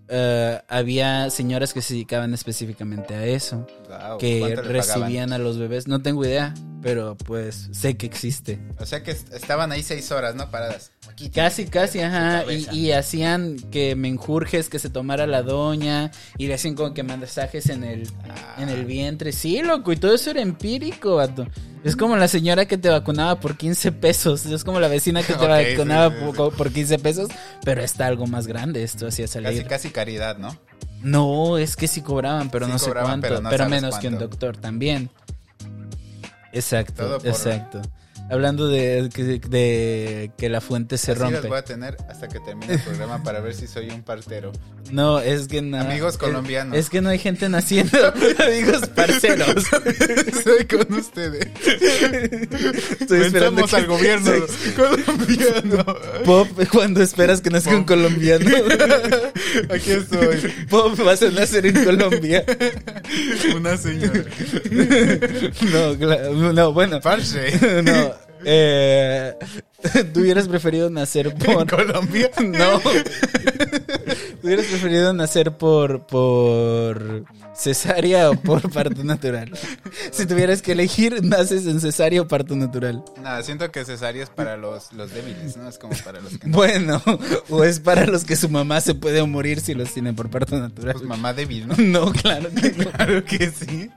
Speaker 2: eh, había señoras que se dedicaban específicamente a eso.
Speaker 1: wow,
Speaker 2: que
Speaker 1: ¿cuánto le Ah, pagaban?
Speaker 2: recibían a los bebés. No tengo idea, pero pues sé que existe.
Speaker 1: O sea que est- estaban ahí seis horas, ¿no? Paradas. Aquí tiene
Speaker 2: Casi, casi,
Speaker 1: tu
Speaker 2: ajá. Y,
Speaker 1: cabeza.
Speaker 2: y hacían que menjurjes, que se tomara la doña. Y le hacían como que masajes en el,
Speaker 1: Ah.
Speaker 2: en el vientre. Sí, loco. Y todo eso era empírico, vato. Es como la señora que te vacunaba por 15 pesos. Es como la vecina que te
Speaker 1: Ok, sí,
Speaker 2: vacunaba
Speaker 1: sí, sí.
Speaker 2: po- por 15 pesos. Pero está algo más grande. Esto hacía salir.
Speaker 1: Casi, casi caridad, ¿no?
Speaker 2: No, es que sí cobraban, pero
Speaker 1: Sí
Speaker 2: no sé
Speaker 1: cobraban,
Speaker 2: cuánto. Pero,
Speaker 1: pero no sabes
Speaker 2: menos que un
Speaker 1: cuánto.
Speaker 2: doctor también. Exacto,
Speaker 1: Todo por-
Speaker 2: exacto. Hablando de, que- de que la fuente se
Speaker 1: Así las
Speaker 2: rompe.
Speaker 1: voy a tener hasta que termine el programa para ver si soy un partero.
Speaker 2: No, es que no.
Speaker 1: Amigos
Speaker 2: es-
Speaker 1: colombianos.
Speaker 2: Es, que no hay gente naciendo. amigos parceros.
Speaker 1: Soy con ustedes.
Speaker 2: Estoy esperando
Speaker 1: Pensamos
Speaker 2: que-
Speaker 1: al gobierno
Speaker 2: Soy-
Speaker 1: colombiano.
Speaker 2: Pop, cuando esperas que nazca un
Speaker 1: Pop.
Speaker 2: colombiano.
Speaker 1: Aquí estoy,
Speaker 2: Pop, vas a nacer en Colombia.
Speaker 1: una señora.
Speaker 2: No, claro, no, bueno.
Speaker 1: Parce,
Speaker 2: No. Eh, ¿Tú hubieras preferido nacer
Speaker 1: en
Speaker 2: por.
Speaker 1: Colombia.
Speaker 2: No. ¿Tú hubieras preferido nacer por, por cesárea o por parto natural? Si tuvieras que elegir, naces en cesárea o parto natural.
Speaker 1: Nada, siento que cesárea es para los, los débiles, ¿no? Es como para los que no.
Speaker 2: Bueno, o es para los que su mamá se puede morir si los tiene por parto natural.
Speaker 1: Pues mamá débil, ¿no?
Speaker 2: No, claro que no.
Speaker 1: Claro que sí.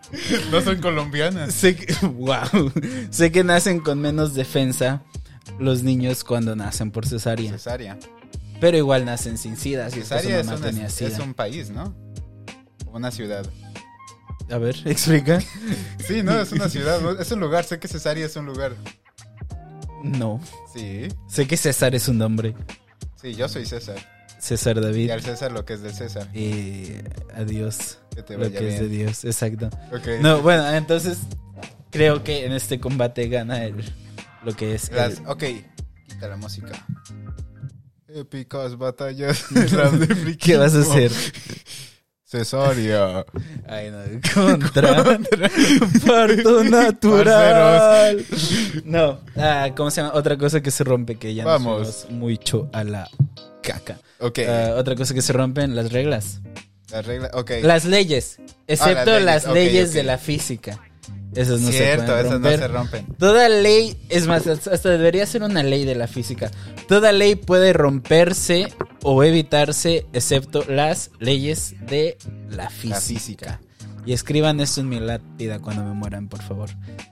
Speaker 1: No son colombianas.
Speaker 2: Sé que, wow, sé que nacen con menos defensa los niños cuando nacen por cesárea,
Speaker 1: Cesárea.
Speaker 2: pero igual nacen sin sida. Si es que su
Speaker 1: Cesárea es,
Speaker 2: pues mamá
Speaker 1: una-
Speaker 2: tenía
Speaker 1: es
Speaker 2: sida.
Speaker 1: un país, ¿no? Una ciudad.
Speaker 2: A ver, explica.
Speaker 1: Sí, no, es una ciudad, ¿no? es un lugar. Sé que cesárea es un lugar.
Speaker 2: No,
Speaker 1: Sí,
Speaker 2: sé que César es un nombre.
Speaker 1: sí, yo soy César.
Speaker 2: César
Speaker 1: Y
Speaker 2: David.
Speaker 1: al César lo que es del César.
Speaker 2: Eh, adiós.
Speaker 1: Que te
Speaker 2: Lo
Speaker 1: vaya
Speaker 2: que es de
Speaker 1: bien.
Speaker 2: Dios, exacto.
Speaker 1: Ok.
Speaker 2: No, bueno, entonces creo que en este combate gana el lo que es. el-
Speaker 1: Las- ok, quita la música. Épicas batallas de las de friquismo.
Speaker 2: ¿Qué vas a hacer?
Speaker 1: Cesárea.
Speaker 2: Ay, no, contra, parto natural. No, ah, ¿cómo se llama? Otra cosa que se rompe que ya nos
Speaker 1: Vamos.
Speaker 2: fuimos mucho a la caca.
Speaker 1: Ok,
Speaker 2: Ah, otra cosa que se rompen las reglas,
Speaker 1: la regla. Ok, Ah,
Speaker 2: las leyes, excepto
Speaker 1: leyes,
Speaker 2: las leyes,
Speaker 1: ok, ok.
Speaker 2: de la física. Esas no se
Speaker 1: cierto,
Speaker 2: pueden
Speaker 1: esas no
Speaker 2: romper.
Speaker 1: se rompen.
Speaker 2: Toda ley, es más, hasta debería ser una ley de la física. Toda ley puede romperse o evitarse, excepto las leyes de la física.
Speaker 1: La física.
Speaker 2: Y escriban esto en mi lápida cuando me mueran, por favor.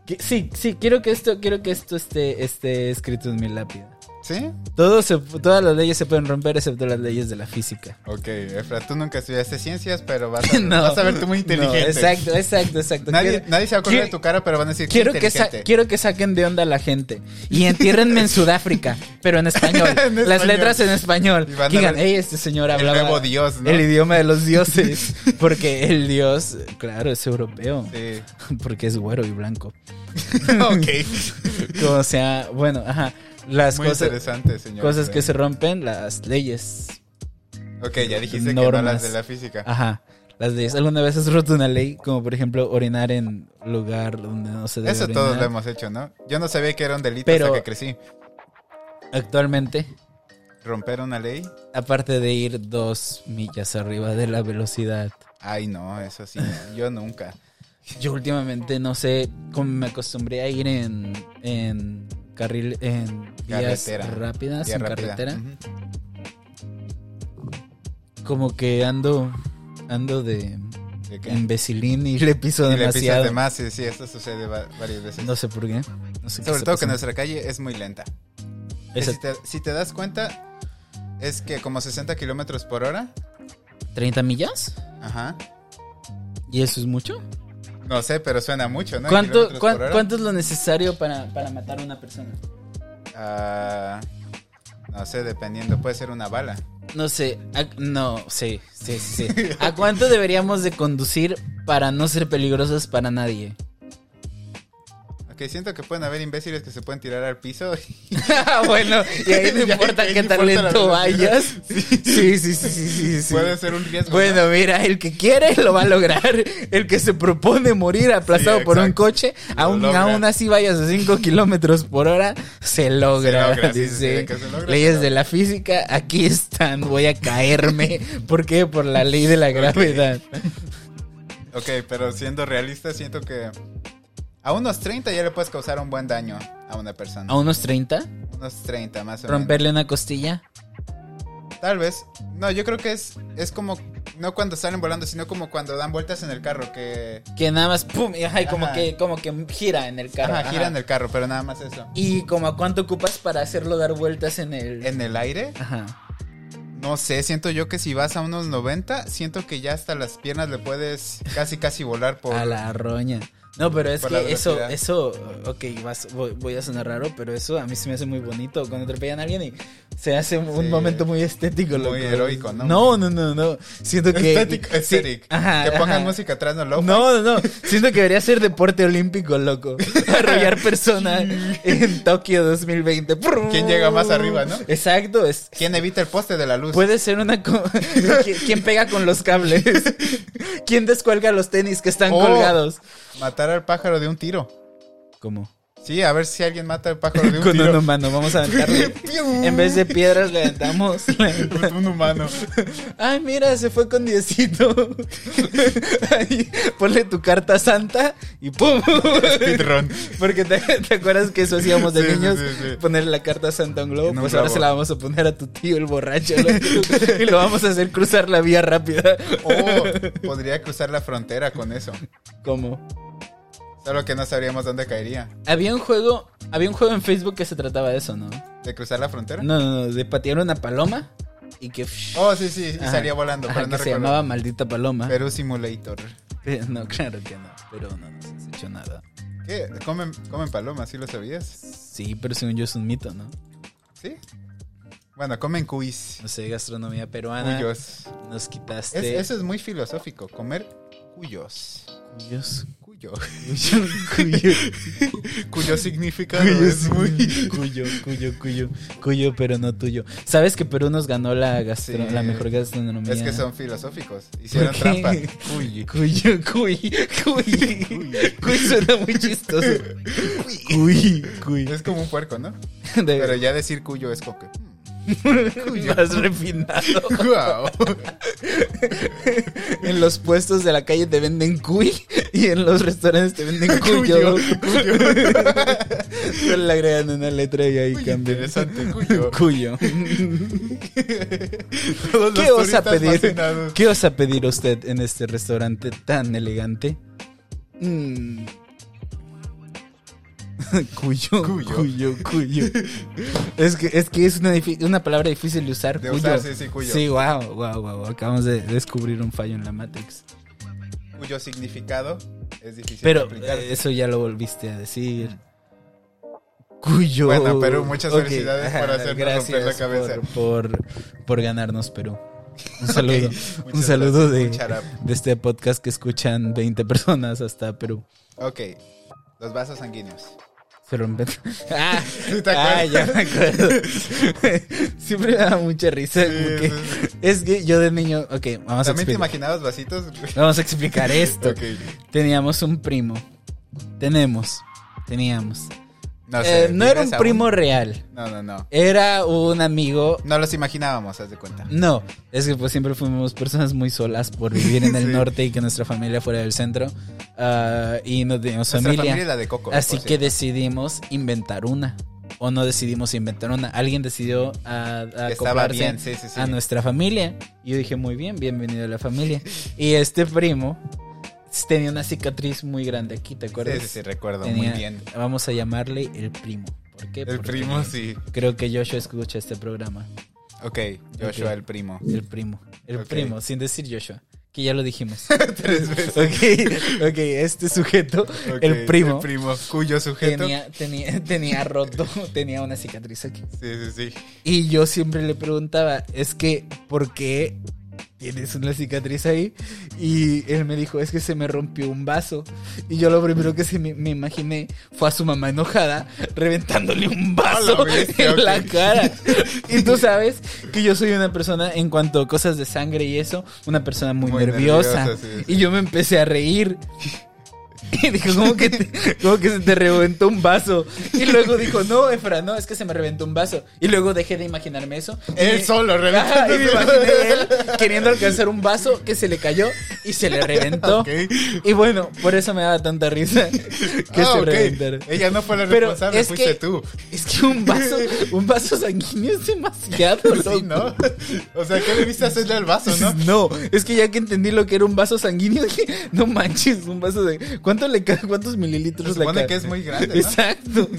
Speaker 2: Que- sí, sí, quiero que esto, quiero que esto esté, esté escrito en mi lápida.
Speaker 1: ¿Sí?
Speaker 2: Todo se- todas las leyes se pueden romper, excepto las leyes de la física.
Speaker 1: Ok, Efra, tú nunca estudiaste ciencias, pero vas a,
Speaker 2: No,
Speaker 1: vas a ver tú muy
Speaker 2: no,
Speaker 1: inteligente.
Speaker 2: exacto, exacto, exacto.
Speaker 1: Nadie,
Speaker 2: Quiero-
Speaker 1: nadie se va a acordar de
Speaker 2: quiero-
Speaker 1: tu cara, pero van a decir
Speaker 2: Quiero
Speaker 1: qué
Speaker 2: que, sa-
Speaker 1: inteligente.
Speaker 2: quiero que saquen de onda a la gente y entiérrenme en Sudáfrica, pero en español.
Speaker 1: En
Speaker 2: Las
Speaker 1: español.
Speaker 2: letras en español.
Speaker 1: Y van a
Speaker 2: Que Digan,
Speaker 1: ver
Speaker 2: hey, este señor
Speaker 1: El
Speaker 2: hablaba
Speaker 1: nuevo dios, ¿no?
Speaker 2: el idioma de los dioses. Porque el dios, claro, es europeo.
Speaker 1: Sí.
Speaker 2: Porque es güero y blanco.
Speaker 1: ok.
Speaker 2: O sea, bueno, ajá. Las
Speaker 1: Muy
Speaker 2: cosas,
Speaker 1: interesante, señor.
Speaker 2: cosas que se rompen, las leyes.
Speaker 1: Ok, ya dijiste que no
Speaker 2: normas.
Speaker 1: hablas de la física.
Speaker 2: Ajá. Las leyes. ¿Alguna vez has roto una ley? Como por ejemplo, orinar en lugar donde no se debe
Speaker 1: Eso
Speaker 2: orinar.
Speaker 1: todos lo hemos hecho, ¿no? Yo no sabía que era un delito
Speaker 2: Pero-
Speaker 1: hasta que crecí.
Speaker 2: Actualmente,
Speaker 1: Romper una ley.
Speaker 2: Aparte de ir dos millas arriba de la velocidad.
Speaker 1: Ay, no, eso sí, no, yo nunca.
Speaker 2: Yo últimamente no sé cómo me acostumbré a ir en, en carril, en vías
Speaker 1: Carretera.
Speaker 2: rápidas,
Speaker 1: Vía
Speaker 2: en
Speaker 1: rápida.
Speaker 2: Ah, carretera.
Speaker 1: Ujú.
Speaker 2: Como que ando, ando de,
Speaker 1: ¿De qué?
Speaker 2: imbecilín y le piso
Speaker 1: Y le pisas
Speaker 2: demasiado.
Speaker 1: de más, sí, sí, esto sucede va- varias veces.
Speaker 2: No sé por qué. No sé qué
Speaker 1: Sobre todo
Speaker 2: está
Speaker 1: que
Speaker 2: pasando.
Speaker 1: nuestra calle es muy lenta. Que
Speaker 2: Esa-
Speaker 1: Si, te, si te das cuenta, es que como 60 kilómetros por hora.
Speaker 2: 30 millas.
Speaker 1: Ajá.
Speaker 2: ¿Y eso es mucho?
Speaker 1: No sé, pero suena mucho, ¿no?
Speaker 2: ¿Cuánto,
Speaker 1: Kilómetros
Speaker 2: cuán-
Speaker 1: por hora.
Speaker 2: ¿Cuánto es lo necesario para, para matar a una persona?
Speaker 1: Ah, no sé, dependiendo. Puede ser una bala.
Speaker 2: No sé, a- no, sí, sí, sí. sí. ¿A cuánto deberíamos de conducir para no ser peligrosos para nadie?
Speaker 1: Ok, siento que pueden haber imbéciles que se pueden tirar al piso.
Speaker 2: bueno, y ahí no
Speaker 1: Ya,
Speaker 2: importa
Speaker 1: ahí
Speaker 2: qué
Speaker 1: no
Speaker 2: tan
Speaker 1: importa la velocidad.
Speaker 2: lento vayas. Sí, sí, sí, sí, sí, sí.
Speaker 1: Puede ser un riesgo. ¿no?
Speaker 2: Bueno, mira, el que quiere lo va a lograr. El que se propone morir aplastado por un
Speaker 1: exacto.
Speaker 2: coche,
Speaker 1: Lo
Speaker 2: aún,
Speaker 1: logra.
Speaker 2: aún así vayas a 5 kilómetros por hora, se logra.
Speaker 1: logra, sí, sí, sí,
Speaker 2: dice.
Speaker 1: de que se logra,
Speaker 2: Leyes
Speaker 1: se
Speaker 2: de la física, aquí están, voy a caerme. ¿Por qué? Por la ley de la gravedad.
Speaker 1: Ok, pero siendo realista, siento que a unos 30 ya le puedes causar un buen daño a una persona.
Speaker 2: A unos 30,
Speaker 1: Unos 30 más o menos.
Speaker 2: romperle una costilla.
Speaker 1: Tal vez. No, yo creo que es, es como, no cuando salen volando, sino como cuando dan vueltas en el carro, que
Speaker 2: Que nada más, pum, y ajá, y como,
Speaker 1: Ajá.
Speaker 2: que, como que gira en el carro.
Speaker 1: ajá,
Speaker 2: ajá.
Speaker 1: giran el carro, pero nada más eso.
Speaker 2: Y como a cuánto ocupas para hacerlo dar vueltas en el.
Speaker 1: En el aire,
Speaker 2: Ajá.
Speaker 1: no sé, siento yo que si vas a unos 90, siento que ya hasta las piernas le puedes casi casi volar por...
Speaker 2: A la roña. No, pero es
Speaker 1: por la
Speaker 2: que eso,
Speaker 1: velocidad.
Speaker 2: eso, ok, vas- voy, voy a sonar raro, pero eso a mí se me hace muy bonito cuando atropellan a alguien y se hace un
Speaker 1: Sí.
Speaker 2: momento muy estético,
Speaker 1: Muy
Speaker 2: loco.
Speaker 1: heroico, ¿no?
Speaker 2: No, no, no, no. Siento que.
Speaker 1: Estético,
Speaker 2: sí,
Speaker 1: estético.
Speaker 2: ajá,
Speaker 1: que pongan
Speaker 2: ajá.
Speaker 1: música atrás, no lo
Speaker 2: No, no, no. Siento que debería ser deporte olímpico, loco. Arrollar personas en Tokio 2020.
Speaker 1: ¿Quién llega más arriba, no?
Speaker 2: Exacto. Es,
Speaker 1: ¿Quién evita el poste de la luz?
Speaker 2: puede ser una. co- ¿Qui- ¿Quién pega con los cables? ¿Quién descuelga los tenis que están
Speaker 1: Oh.
Speaker 2: colgados?
Speaker 1: Matar al pájaro de un tiro.
Speaker 2: ¿Cómo?
Speaker 1: Sí, a ver si alguien mata al pájaro de un
Speaker 2: Con un
Speaker 1: tiro.
Speaker 2: humano, vamos a aventarle. En vez de piedras le aventamos.
Speaker 1: un humano.
Speaker 2: Ay, mira, se fue con diecito. Ay, ponle tu carta santa y ¡pum!
Speaker 1: Speedrun.
Speaker 2: Porque te, te acuerdas que eso hacíamos de
Speaker 1: Sí, sí,
Speaker 2: niños,
Speaker 1: sí, sí.
Speaker 2: poner la carta a Santa un globo,
Speaker 1: En un
Speaker 2: pues ahora
Speaker 1: globo.
Speaker 2: se la vamos a poner a tu tío el borracho loco, y lo vamos a hacer cruzar la vía rápida.
Speaker 1: O podría cruzar la frontera con eso.
Speaker 2: ¿Cómo?
Speaker 1: Solo que no sabríamos dónde caería.
Speaker 2: Había un juego, había un juego en Facebook que se trataba de eso, ¿no?
Speaker 1: ¿De cruzar la frontera?
Speaker 2: No, no, no, de patear una paloma y que
Speaker 1: Oh, sí, sí, y
Speaker 2: Ajá.
Speaker 1: salía volando.
Speaker 2: Ajá,
Speaker 1: pero no
Speaker 2: que se
Speaker 1: recuerdo.
Speaker 2: llamaba maldita paloma.
Speaker 1: Perú Simulator.
Speaker 2: Eh, No, claro que no, pero no nos has hecho nada.
Speaker 1: ¿Qué? ¿Comen, comen palomas? ¿Sí lo sabías?
Speaker 2: Sí, pero según yo es un mito, ¿no?
Speaker 1: ¿Sí? Bueno, comen cuis.
Speaker 2: No sé, gastronomía peruana.
Speaker 1: Cuyos.
Speaker 2: Nos
Speaker 1: Es-
Speaker 2: quitaste.
Speaker 1: eso es muy filosófico. Comer cuyos.
Speaker 2: Cuyos.
Speaker 1: Cuyo.
Speaker 2: Cuyo, cuyo,
Speaker 1: Cuyo significa
Speaker 2: cuyo,
Speaker 1: es muy.
Speaker 2: cuyo, cuyo, cuyo, cuyo, pero no tuyo. ¿Sabes que Perú nos ganó la, gastro-
Speaker 1: Sí.
Speaker 2: la mejor gastronomía?
Speaker 1: Es que son filosóficos. Hicieron
Speaker 2: ¿Por qué?
Speaker 1: trampa.
Speaker 2: Cuyo, cuyo, cuy, cuy. Cuy suena muy chistoso. Cuy, cuy.
Speaker 1: Es como un puerco,
Speaker 2: Eh.
Speaker 1: ¿no?
Speaker 2: De-
Speaker 1: Pero ya decir cuyo es "Mm". coque.
Speaker 2: Más refinado.
Speaker 1: ¡Wow!
Speaker 2: En los puestos de la calle te venden cuy y en los restaurantes te venden cuyo. Solo le agregan una letra y ahí
Speaker 1: Muy
Speaker 2: cambia.
Speaker 1: interesante, cuyo.
Speaker 2: Cuyo.
Speaker 1: Todos
Speaker 2: ¿Qué
Speaker 1: los
Speaker 2: osa
Speaker 1: turistas
Speaker 2: pedir?
Speaker 1: fascinados.
Speaker 2: ¿Qué osa pedir usted en este restaurante tan elegante? Mm. Cuyo, cuyo,
Speaker 1: Cuyo.
Speaker 2: cuyo, Es que es que es una, difi- una palabra difícil de usar.
Speaker 1: De
Speaker 2: cuyo.
Speaker 1: usar, sí, sí, cuyo.
Speaker 2: Sí, wow, wow, wow. Acabamos de descubrir un fallo en la Matrix.
Speaker 1: Cuyo significado es difícil
Speaker 2: Pero
Speaker 1: de aplicar.
Speaker 2: eh, eso ya lo volviste a decir. Cuyo.
Speaker 1: Bueno, Perú, muchas
Speaker 2: Ok,
Speaker 1: felicidades por
Speaker 2: ajá,
Speaker 1: hacernos romper la cabeza.
Speaker 2: Por, por, por ganarnos, Perú. Un saludo. un
Speaker 1: Muchas
Speaker 2: saludo de,
Speaker 1: gracias, Charap.
Speaker 2: de este podcast que escuchan 20 personas hasta Perú.
Speaker 1: Ok, los vasos sanguíneos.
Speaker 2: Se rompen. Ah,
Speaker 1: te
Speaker 2: ah,
Speaker 1: acuerdas?
Speaker 2: ya me acuerdo. Siempre me da mucha risa. como que-
Speaker 1: sí,
Speaker 2: Es que yo de niño. Ok, vamos a
Speaker 1: ¿También te
Speaker 2: explicar.
Speaker 1: imaginabas vasitos?
Speaker 2: Vamos a explicar esto.
Speaker 1: Ok.
Speaker 2: Teníamos un primo. Tenemos. Teníamos.
Speaker 1: No,
Speaker 2: Eh,
Speaker 1: sé,
Speaker 2: no
Speaker 1: Ah,
Speaker 2: era un
Speaker 1: ¿vives aún?
Speaker 2: primo real.
Speaker 1: No, no, no.
Speaker 2: Era un amigo.
Speaker 1: No los imaginábamos, haz de cuenta.
Speaker 2: No, es que pues siempre fuimos personas muy solas por vivir en el
Speaker 1: Sí.
Speaker 2: norte y que nuestra familia fuera del centro. ah, y no teníamos
Speaker 1: Nuestra
Speaker 2: familia.
Speaker 1: familia, es la de Coco.
Speaker 2: Así
Speaker 1: por
Speaker 2: que
Speaker 1: cierto.
Speaker 2: decidimos inventar una. O no decidimos inventar una. Alguien decidió a, a
Speaker 1: Estaba
Speaker 2: acoplarse
Speaker 1: bien, sí, sí, sí.
Speaker 2: a nuestra familia. Y yo dije, muy bien, bienvenido a la familia. Y este primo tenía una cicatriz muy grande aquí, ¿te acuerdas?
Speaker 1: Sí, sí, sí, recuerdo
Speaker 2: Tenía-
Speaker 1: muy bien.
Speaker 2: Vamos a llamarle el primo. ¿Por qué?
Speaker 1: El
Speaker 2: Porque
Speaker 1: primo, sí.
Speaker 2: Creo que Joshua escucha este programa.
Speaker 1: Ok, Joshua,
Speaker 2: Ok.
Speaker 1: el primo.
Speaker 2: El primo. El
Speaker 1: Ok.
Speaker 2: primo, sin decir Joshua. Que ya lo dijimos.
Speaker 1: Tres veces.
Speaker 2: ok, ok, este sujeto,
Speaker 1: Ok,
Speaker 2: el primo,
Speaker 1: El primo, cuyo sujeto.
Speaker 2: tenía, tenía, tenía roto, tenía una cicatriz aquí.
Speaker 1: Sí, sí, sí.
Speaker 2: Y yo siempre le preguntaba, es que, ¿por qué tienes una cicatriz ahí? Y él me dijo, es que se me rompió un vaso. Y yo lo primero que se me, me imaginé fue a su mamá enojada, reventándole un vaso
Speaker 1: Hola, bestia,
Speaker 2: en la
Speaker 1: ok.
Speaker 2: cara. Y tú sabes que yo soy una persona, en cuanto a cosas de sangre y eso, una persona muy,
Speaker 1: Muy
Speaker 2: nerviosa.
Speaker 1: nerviosa, sí, sí.
Speaker 2: Y yo me empecé a reír. Y dijo, ¿cómo que, te- cómo que se te reventó un vaso? Y luego dijo, no, Efra, no, es que se me reventó un vaso. Y luego dejé de imaginarme eso. Y
Speaker 1: Él
Speaker 2: me-
Speaker 1: solo,
Speaker 2: Ajá, y me imaginé
Speaker 1: reventándose.
Speaker 2: a él queriendo alcanzar un vaso que se le cayó y se le reventó.
Speaker 1: Ok.
Speaker 2: Y bueno, por eso me daba tanta risa que
Speaker 1: Ah,
Speaker 2: se
Speaker 1: ok.
Speaker 2: reventara.
Speaker 1: Ella no fue la
Speaker 2: Pero
Speaker 1: responsable,
Speaker 2: es
Speaker 1: fuiste
Speaker 2: que-
Speaker 1: tú.
Speaker 2: Es que un vaso, un vaso sanguíneo es demasiado,
Speaker 1: Sí,
Speaker 2: loco.
Speaker 1: ¿no? O sea, ¿qué debiste hacerle al vaso, no?
Speaker 2: No, es que ya que entendí lo que era un vaso sanguíneo, dije, no manches, un vaso de... ¿Cuánto le ca- ¿Cuántos mililitros
Speaker 1: Se
Speaker 2: le
Speaker 1: supone
Speaker 2: ca-
Speaker 1: que es muy grande, ¿no?
Speaker 2: Exacto.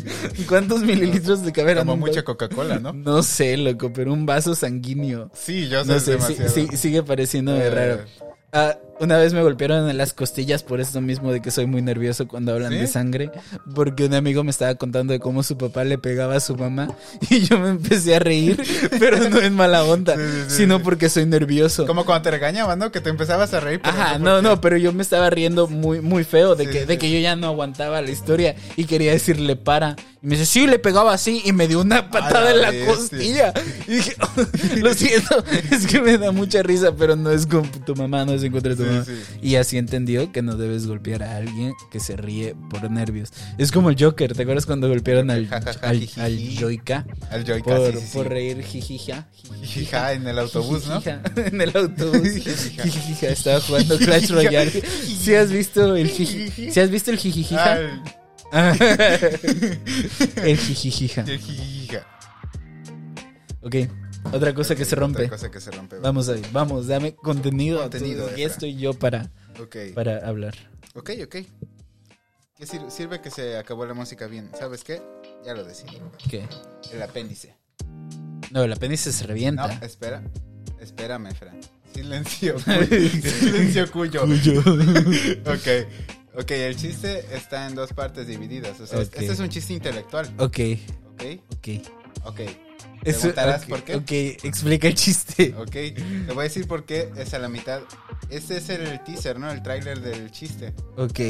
Speaker 2: ¿Cuántos mililitros de caber?
Speaker 1: Como mucha Coca-Cola, ¿no?
Speaker 2: No sé, loco, pero un vaso sanguíneo.
Speaker 1: Sí, yo sé,
Speaker 2: No
Speaker 1: es
Speaker 2: sé, sí-
Speaker 1: demasiado.
Speaker 2: sí- sigue pareciéndome
Speaker 1: Eh.
Speaker 2: raro. Ah, una vez me golpearon en las costillas por esto mismo de que soy muy nervioso cuando hablan
Speaker 1: ¿Sí?
Speaker 2: de sangre, porque un amigo me estaba contando de cómo su papá le pegaba a su mamá y yo me empecé a reír, pero no en mala onda,
Speaker 1: Sí, sí, sí,
Speaker 2: sino
Speaker 1: sí.
Speaker 2: porque soy nervioso.
Speaker 1: Como cuando te regañaban, ¿no? Que te empezabas a reír. pero
Speaker 2: Ajá,
Speaker 1: por-
Speaker 2: no, no, pero yo me estaba riendo muy, muy feo de,
Speaker 1: Sí,
Speaker 2: que,
Speaker 1: sí,
Speaker 2: de
Speaker 1: sí.
Speaker 2: que yo ya no aguantaba la historia y quería decirle para. Y me dice, sí, le pegaba así y me dio una patada
Speaker 1: la
Speaker 2: en la
Speaker 1: bestia.
Speaker 2: costilla. Y dije, lo siento, es que me da mucha risa, pero no es con tu mamá, no es en contra de tu
Speaker 1: Sí,
Speaker 2: mamá.
Speaker 1: sí.
Speaker 2: Y así entendió que no debes golpear a alguien que se ríe por nervios. Es como el Joker, ¿te acuerdas cuando golpearon al,
Speaker 1: Ja, ja, ja,
Speaker 2: al,
Speaker 1: jiji.
Speaker 2: al Joica?
Speaker 1: Al Joy
Speaker 2: Por,
Speaker 1: casi. sí,
Speaker 2: por
Speaker 1: sí.
Speaker 2: reír, jijija.
Speaker 1: Jijija, en el autobús, ¿no?
Speaker 2: Jijija, En el autobús.
Speaker 1: Jijija.
Speaker 2: Jijija, Estaba jugando Clash Royale. Si has visto el jijija? ¿Sí has visto el
Speaker 1: Ah,
Speaker 2: jijijija?
Speaker 1: el-
Speaker 2: El jijijija.
Speaker 1: el jijija.
Speaker 2: Ok. Otra cosa que se
Speaker 1: Otra
Speaker 2: rompe.
Speaker 1: cosa que se rompe.
Speaker 2: Vamos ahí, vamos, dame contenido.
Speaker 1: Contenido,
Speaker 2: Contenido. Y
Speaker 1: Efra.
Speaker 2: estoy yo para,
Speaker 1: Ok.
Speaker 2: para hablar.
Speaker 1: Ok, ok. ¿Qué sir- sirve que se acabó la música bien? ¿Sabes qué? Ya lo decidí.
Speaker 2: ¿Qué?
Speaker 1: El apéndice.
Speaker 2: No, el apéndice se
Speaker 1: No,
Speaker 2: revienta.
Speaker 1: espera. Espérame, Fran. Silencio. cuyo. Silencio cuyo.
Speaker 2: Cuyo.
Speaker 1: Ok. Ok, el chiste está en dos partes divididas. O sea,
Speaker 2: Ok.
Speaker 1: este es un chiste intelectual.
Speaker 2: Ok,
Speaker 1: Ok.
Speaker 2: ok.
Speaker 1: Ok.
Speaker 2: Eso-
Speaker 1: ¿Preguntarás
Speaker 2: ok,
Speaker 1: por qué?
Speaker 2: Ok, explica el chiste.
Speaker 1: Ok. Te voy a decir por qué es a la mitad. Este es el teaser, ¿no? El tráiler del chiste.
Speaker 2: Ok,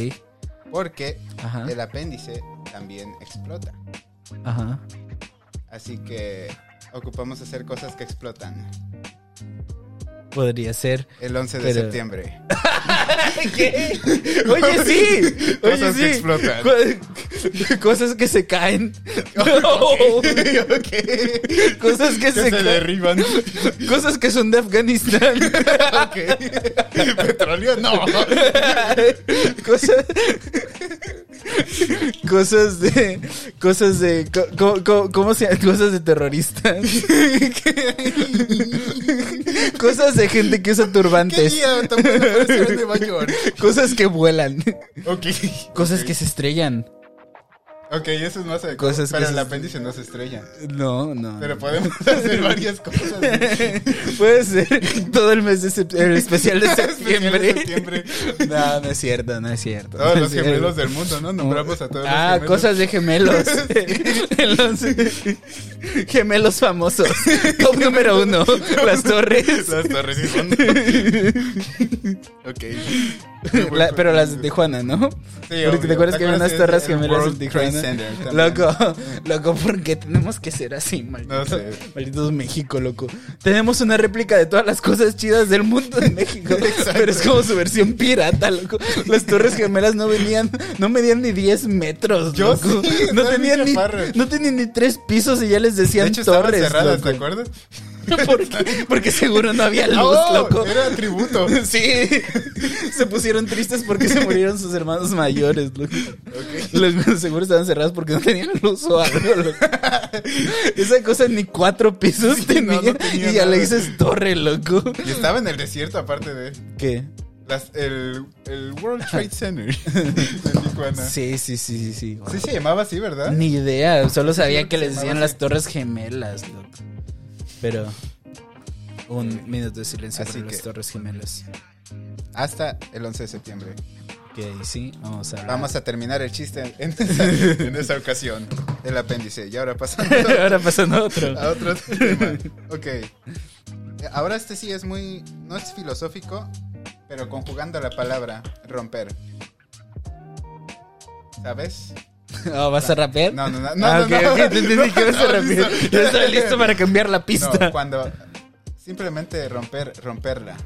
Speaker 1: Porque
Speaker 2: ajá,
Speaker 1: el apéndice también explota.
Speaker 2: ajá.
Speaker 1: Así que ocupamos hacer cosas que explotan.
Speaker 2: Podría ser.
Speaker 1: El 11 de
Speaker 2: Pero-
Speaker 1: septiembre.
Speaker 2: ¿Qué? Oye, sí. Oye,
Speaker 1: Cosas
Speaker 2: sí.
Speaker 1: que explotan.
Speaker 2: Co- Cosas que se caen. No. Cosas que, se,
Speaker 1: se
Speaker 2: caen.
Speaker 1: derriban.
Speaker 2: Cosas que son de Afganistán.
Speaker 1: Petróleo, no.
Speaker 2: cosas. Cosas de. Cosas de. co- co- co- ¿Cómo se llama? Cosas de terroristas. cosas de gente que usa
Speaker 1: ¿Qué
Speaker 2: turbantes.
Speaker 1: día tan bueno para estar en Nueva York?
Speaker 2: Cosas que vuelan.
Speaker 1: Ok.
Speaker 2: Cosas
Speaker 1: Ok.
Speaker 2: que se estrellan.
Speaker 1: Ok, eso es más de
Speaker 2: Cosas
Speaker 1: cosas.
Speaker 2: que
Speaker 1: Pero
Speaker 2: se- Ah.
Speaker 1: el apéndice no se estrella.
Speaker 2: No, no.
Speaker 1: Pero podemos hacer varias cosas.
Speaker 2: Puede ser todo el mes de septiembre, el especial de
Speaker 1: Especial
Speaker 2: septiembre.
Speaker 1: en septiembre.
Speaker 2: No, no es cierto, no es cierto.
Speaker 1: Todos
Speaker 2: no
Speaker 1: los
Speaker 2: es cierto.
Speaker 1: gemelos del mundo, ¿no? Nombramos a todos los
Speaker 2: Ah,
Speaker 1: gemelos.
Speaker 2: cosas de gemelos. Entonces, gemelos famosos. Top número uno, las torres.
Speaker 1: Las torres y son. ok.
Speaker 2: La- pero las de Tijuana, ¿no?
Speaker 1: Sí,
Speaker 2: Porque
Speaker 1: obvio.
Speaker 2: te acuerdas que había unas torres
Speaker 1: del
Speaker 2: gemelas en
Speaker 1: World Trade
Speaker 2: Tijuana.
Speaker 1: Center también?
Speaker 2: Loco, loco, ¿por qué tenemos que ser así, maldito?
Speaker 1: No sé.
Speaker 2: Malditos México, loco. Tenemos una réplica de todas las cosas chidas del mundo en México. Pero es como su versión pirata, loco. Las Torres Gemelas no venían, no medían ni 10 metros,
Speaker 1: Yo
Speaker 2: loco.
Speaker 1: sí,
Speaker 2: no,
Speaker 1: estaban bien
Speaker 2: tenían ni,
Speaker 1: chaparras.
Speaker 2: no tenían ni tres pisos y ya les decían
Speaker 1: De hecho, estaban
Speaker 2: torres.
Speaker 1: cerradas, ¿te
Speaker 2: loco.
Speaker 1: acuerdas?
Speaker 2: ¿Por qué? Porque seguro no había luz,
Speaker 1: Oh,
Speaker 2: loco.
Speaker 1: Era tributo.
Speaker 2: Sí, se pusieron tristes porque se murieron sus hermanos mayores, loco. Los seguro estaban cerrados porque no tenían luz o algo, loco. Esa cosa ni cuatro pisos
Speaker 1: Sí, no,
Speaker 2: tenía,
Speaker 1: no tenía
Speaker 2: y ya le
Speaker 1: nada.
Speaker 2: dices torre, loco.
Speaker 1: Y estaba en el desierto, aparte de.
Speaker 2: ¿Qué?
Speaker 1: Las- el, el World Trade Center de Tijuana. Sí.
Speaker 2: Sí, sí, sí, sí, sí.
Speaker 1: se llamaba así, ¿verdad?
Speaker 2: Ni idea, solo
Speaker 1: creo
Speaker 2: sabía que
Speaker 1: que se
Speaker 2: les decían
Speaker 1: llamaba
Speaker 2: las
Speaker 1: así.
Speaker 2: torres gemelas, loco. Pero un minuto de silencio
Speaker 1: Así
Speaker 2: para las
Speaker 1: que-
Speaker 2: torres gemelas.
Speaker 1: Hasta el 11 de septiembre.
Speaker 2: Ok, sí, vamos a...
Speaker 1: Vamos a terminar el chiste en esa, en esa ocasión. El apéndice. Y ahora pasando
Speaker 2: Ahora pasando a otro.
Speaker 1: a otro tema. Ok. Ahora este sí es muy. No es filosófico, pero conjugando la palabra romper. ¿Sabes?
Speaker 2: Oh, ¿Vas a rapear?
Speaker 1: No, no, no. no,
Speaker 2: Ah,
Speaker 1: no,
Speaker 2: ok,
Speaker 1: no.
Speaker 2: ok, te entendí que vas a
Speaker 1: No,
Speaker 2: rapear.
Speaker 1: listo.
Speaker 2: Yo estaba listo para cambiar la pista.
Speaker 1: No, cuando. Simplemente romper, romperla.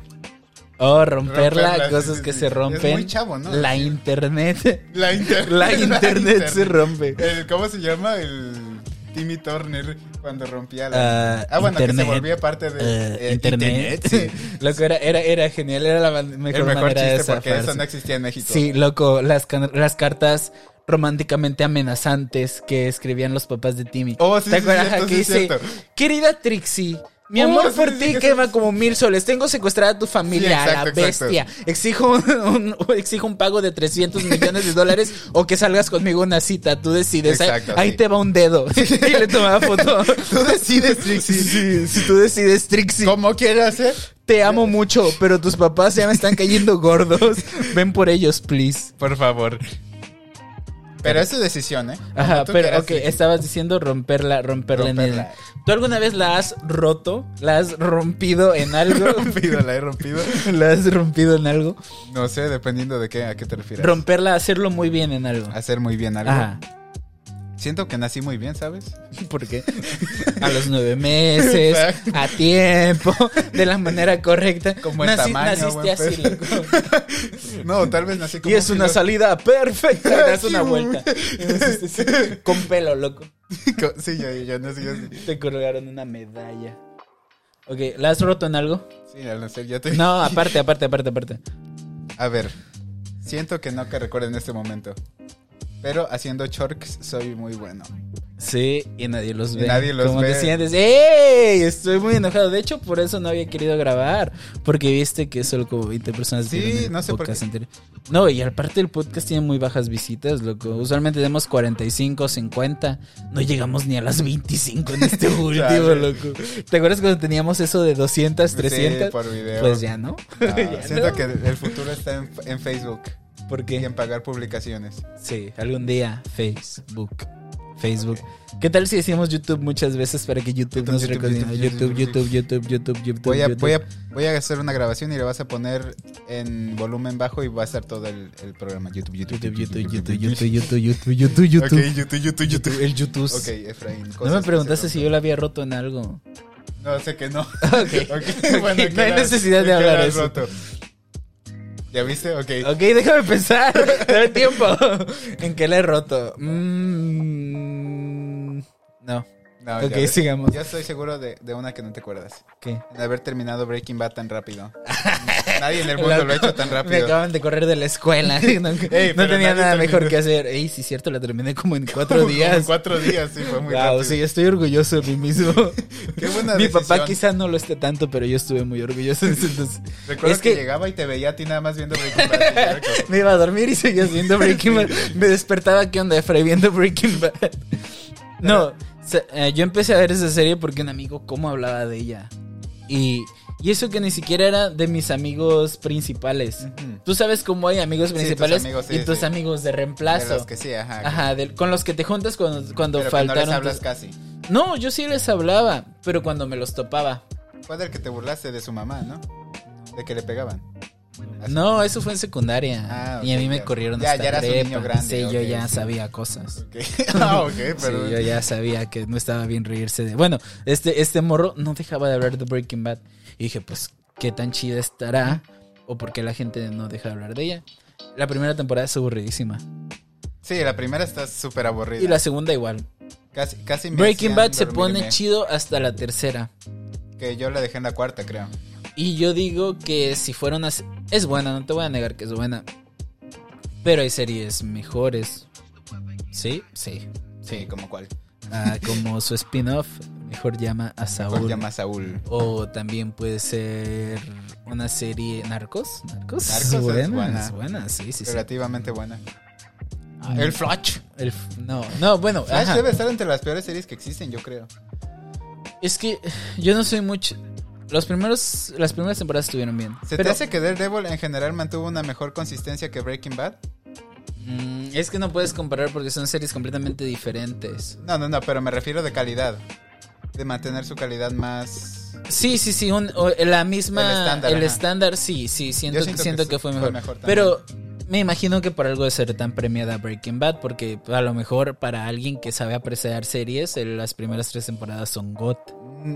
Speaker 2: Oh, romperla,
Speaker 1: Romperla, sí,
Speaker 2: cosas
Speaker 1: sí,
Speaker 2: que
Speaker 1: sí.
Speaker 2: se
Speaker 1: Es
Speaker 2: rompen.
Speaker 1: muy chavo, ¿no?
Speaker 2: La
Speaker 1: Sí.
Speaker 2: internet.
Speaker 1: La Eh, internet.
Speaker 2: La internet se rompe.
Speaker 1: El- ¿Cómo se llama? El Timmy Turner cuando rompía la.
Speaker 2: Ah,
Speaker 1: ah, bueno, que
Speaker 2: internet.
Speaker 1: se volvía parte de.
Speaker 2: Eh,
Speaker 1: eh,
Speaker 2: internet.
Speaker 1: sí.
Speaker 2: Loco, era, era, era genial, era la man-
Speaker 1: El
Speaker 2: mejor,
Speaker 1: mejor
Speaker 2: manera de
Speaker 1: chiste porque
Speaker 2: zafarse.
Speaker 1: eso no existía en México.
Speaker 2: Sí, loco, las, can- las cartas románticamente amenazantes que escribían los papás de Timmy.
Speaker 1: Oh, sí,
Speaker 2: ¿Te
Speaker 1: sí,
Speaker 2: acuerdas?
Speaker 1: cierto,
Speaker 2: que
Speaker 1: sí,
Speaker 2: dice,
Speaker 1: cierto.
Speaker 2: querida Trixie, mi
Speaker 1: Oh,
Speaker 2: amor
Speaker 1: sí,
Speaker 2: por
Speaker 1: sí,
Speaker 2: ti
Speaker 1: que
Speaker 2: quema como mil soles. Tengo secuestrada a tu familia,
Speaker 1: Sí, exacto,
Speaker 2: a la
Speaker 1: exacto.
Speaker 2: bestia. Exijo un, un- exijo un pago de 300 millones de dólares o que salgas conmigo a una cita. Tú decides. Ahí-
Speaker 1: Exacto,
Speaker 2: ahí
Speaker 1: sí.
Speaker 2: te va un dedo. y le tomaba foto.
Speaker 1: Tú decides, Trixie.
Speaker 2: Sí, si tú decides, Trixie.
Speaker 1: ¿Cómo quieres hacer?
Speaker 2: Te amo mucho, pero tus papás ya me están cayendo gordos. Ven por ellos, please.
Speaker 1: Por favor. Pero es tu decisión, ¿eh? Como
Speaker 2: Ajá,
Speaker 1: tú
Speaker 2: pero
Speaker 1: quieras,
Speaker 2: ok,
Speaker 1: sí.
Speaker 2: estabas diciendo romperla, romperla, en
Speaker 1: Romperla.
Speaker 2: el... ¿Tú alguna vez la has roto? ¿La has rompido en algo?
Speaker 1: Rompido, la he rompido.
Speaker 2: ¿La has rompido en algo?
Speaker 1: No sé, dependiendo de qué, a qué te refieres.
Speaker 2: Romperla, hacerlo muy bien en algo.
Speaker 1: Hacer muy bien algo.
Speaker 2: Ajá.
Speaker 1: Siento que nací muy bien, ¿sabes?
Speaker 2: ¿Por qué? A los nueve meses,
Speaker 1: Exacto.
Speaker 2: a tiempo, de la manera correcta.
Speaker 1: Como en tamaño,
Speaker 2: naciste
Speaker 1: buen
Speaker 2: así,
Speaker 1: pedo.
Speaker 2: loco.
Speaker 1: No, tal vez nací como.
Speaker 2: Y es una
Speaker 1: filo-
Speaker 2: salida perfecta. y Das una
Speaker 1: Sí,
Speaker 2: vuelta. Con pelo, loco.
Speaker 1: Sí, ya, ya, ya nací así.
Speaker 2: Te colgaron una medalla. Ok, ¿la has roto en algo?
Speaker 1: Sí, al nacer ya te.
Speaker 2: No, aparte, aparte, aparte, aparte.
Speaker 1: A ver, siento que no que recuerde en este momento. Pero haciendo chorks soy muy bueno.
Speaker 2: Sí, y nadie los
Speaker 1: Y
Speaker 2: ve.
Speaker 1: nadie los
Speaker 2: Como
Speaker 1: ve.
Speaker 2: decía antes, ¡ey! Estoy muy enojado. De hecho, por eso no había querido grabar. Porque viste que solo como 20 personas
Speaker 1: Sí,
Speaker 2: vieron el
Speaker 1: no sé por
Speaker 2: podcast
Speaker 1: qué.
Speaker 2: anterior. No, y aparte el podcast tiene muy bajas visitas, loco. Usualmente tenemos 45, 50. No llegamos ni a las 25 en este último,
Speaker 1: Chale.
Speaker 2: loco. ¿Te acuerdas cuando teníamos eso de 200,
Speaker 1: Sí,
Speaker 2: 300?
Speaker 1: por video.
Speaker 2: Pues ya no.
Speaker 1: Ah,
Speaker 2: Ya
Speaker 1: siento
Speaker 2: no.
Speaker 1: que el futuro está en, en Facebook
Speaker 2: ¿Por
Speaker 1: y
Speaker 2: qué?
Speaker 1: en pagar publicaciones.
Speaker 2: Sí, algún día Facebook. Facebook. ¿Qué tal si decimos YouTube muchas veces para que YouTube,
Speaker 1: YouTube,
Speaker 2: nos
Speaker 1: YouTube,
Speaker 2: recomiende? YouTube,
Speaker 1: YouTube,
Speaker 2: YouTube, YouTube, YouTube, YouTube.
Speaker 1: Voy a,
Speaker 2: YouTube.
Speaker 1: voy, a, voy a hacer una grabación y le vas a poner en volumen bajo y va a estar todo el, el programa. YouTube, YouTube,
Speaker 2: YouTube, YouTube, YouTube, YouTube, YouTube, YouTube, YouTube, YouTube.
Speaker 1: Ok, YouTube, YouTube, YouTube.
Speaker 2: El YouTube.
Speaker 1: Ok, Efraín.
Speaker 2: No
Speaker 1: cosas
Speaker 2: me
Speaker 1: que
Speaker 2: preguntaste
Speaker 1: se
Speaker 2: si yo la había roto en algo.
Speaker 1: rompen. No, sé que no.
Speaker 2: Ok.
Speaker 1: Ok, bueno,
Speaker 2: no hay
Speaker 1: queda-
Speaker 2: necesidad de
Speaker 1: queda
Speaker 2: hablar eso.
Speaker 1: roto. ¿Ya viste? Ok.
Speaker 2: Ok, déjame pensar. Dame tiempo. ¿En qué la he roto? Mm, No.
Speaker 1: No, ya
Speaker 2: Ok,
Speaker 1: ves.
Speaker 2: sigamos.
Speaker 1: Yo estoy seguro de, de una que no te acuerdas.
Speaker 2: ¿Qué?
Speaker 1: De haber terminado Breaking Bad tan rápido. Nadie en el mundo lo ha hecho tan
Speaker 2: Me
Speaker 1: rápido.
Speaker 2: acaban de correr de la escuela. No, no
Speaker 1: pero
Speaker 2: tenía
Speaker 1: nadie
Speaker 2: nada mejor
Speaker 1: terminó.
Speaker 2: que hacer. Ey, sí, cierto, la terminé como en cuatro
Speaker 1: Como en
Speaker 2: días.
Speaker 1: cuatro días, sí, fue muy
Speaker 2: Wow,
Speaker 1: rápido.
Speaker 2: sí, estoy orgulloso de mí mismo.
Speaker 1: Qué buena
Speaker 2: Mi
Speaker 1: decisión.
Speaker 2: papá quizá no lo esté tanto, pero yo estuve muy orgulloso de eso, entonces
Speaker 1: Recuerdo
Speaker 2: es
Speaker 1: que,
Speaker 2: que-
Speaker 1: llegaba y te veía a ti nada más viendo Breaking Bad. y era como-
Speaker 2: me iba a dormir y seguía haciendo Breaking Bad. Me despertaba, ¿qué onda, Fray? Viendo Breaking Bad. No, se- eh, yo empecé a ver esa serie porque un amigo, ¿cómo hablaba de ella? Y, y eso que ni siquiera era de mis amigos principales.
Speaker 1: Ujú.
Speaker 2: Tú sabes cómo hay amigos
Speaker 1: Sí, tus
Speaker 2: principales
Speaker 1: amigos, sí,
Speaker 2: y tus
Speaker 1: sí.
Speaker 2: amigos de
Speaker 1: De
Speaker 2: reemplazo.
Speaker 1: los que sí, ajá.
Speaker 2: Ajá, del- con los que te juntas cuando, cuando
Speaker 1: Pero que no
Speaker 2: faltaron.
Speaker 1: les hablas
Speaker 2: tus-
Speaker 1: casi.
Speaker 2: No, yo sí les hablaba, pero cuando me los topaba.
Speaker 1: Fue del que te burlaste de su mamá, ¿no? De que le pegaban. Así.
Speaker 2: No, eso fue en secundaria.
Speaker 1: Ah,
Speaker 2: y a
Speaker 1: ok,
Speaker 2: mí me
Speaker 1: ya.
Speaker 2: corrieron
Speaker 1: Ya,
Speaker 2: hasta
Speaker 1: ya eras un
Speaker 2: prepa.
Speaker 1: niño grande,
Speaker 2: Sí, yo
Speaker 1: ok,
Speaker 2: ya
Speaker 1: sí.
Speaker 2: sabía cosas.
Speaker 1: Ok. ah, ok, pero.
Speaker 2: Sí, yo ya sabía que no estaba bien reírse de. Bueno, este, este morro no dejaba de hablar de Breaking Bad. Y dije, pues, ¿qué tan chida estará? ¿O por qué la gente no deja de hablar de ella? La primera temporada es aburridísima.
Speaker 1: Sí, la primera está súper aburrida.
Speaker 2: Y la segunda igual.
Speaker 1: Casi, casi me
Speaker 2: Breaking
Speaker 1: hacían
Speaker 2: Bad se pone
Speaker 1: dormirme,
Speaker 2: chido hasta la tercera.
Speaker 1: Que yo la dejé en la cuarta, creo.
Speaker 2: Y yo digo que si fuera una... se- Es buena, no te voy a negar que es buena. Pero hay series mejores. ¿Sí? Sí.
Speaker 1: Sí, como cuál.
Speaker 2: Ah, como su spin-off, mejor llama a
Speaker 1: ¿Cuál
Speaker 2: Saúl.
Speaker 1: llama Saúl?
Speaker 2: O también puede ser... una serie Narcos. Narcos,
Speaker 1: Narcos es
Speaker 2: buena,
Speaker 1: buena.
Speaker 2: es buena, sí, sí, sí.
Speaker 1: Relativamente buena.
Speaker 2: Ah,
Speaker 1: El Flash.
Speaker 2: el f- no, no, bueno,
Speaker 1: Flash
Speaker 2: ajá.
Speaker 1: debe estar entre las peores series que existen, yo creo.
Speaker 2: es que yo no soy mucho. Los primeros, las primeras temporadas estuvieron bien.
Speaker 1: ¿Se te
Speaker 2: pero-
Speaker 1: hace que Daredevil en general mantuvo una mejor consistencia que Breaking Bad?
Speaker 2: Mm, es que no puedes comparar porque son series completamente diferentes.
Speaker 1: No, no, no, pero me refiero de calidad. De mantener su calidad más...
Speaker 2: Sí, sí, sí, un- o- la misma,
Speaker 1: El
Speaker 2: el
Speaker 1: estándar,
Speaker 2: estándar,
Speaker 1: ajá.
Speaker 2: sí, sí,
Speaker 1: Yo
Speaker 2: siento,
Speaker 1: siento
Speaker 2: siento,
Speaker 1: que
Speaker 2: que,
Speaker 1: fue
Speaker 2: fue mejor.
Speaker 1: mejor también.
Speaker 2: pero me imagino que por algo de ser tan premiada Breaking Bad, porque a lo mejor para alguien que sabe apreciar series, el- las primeras tres temporadas son GOT.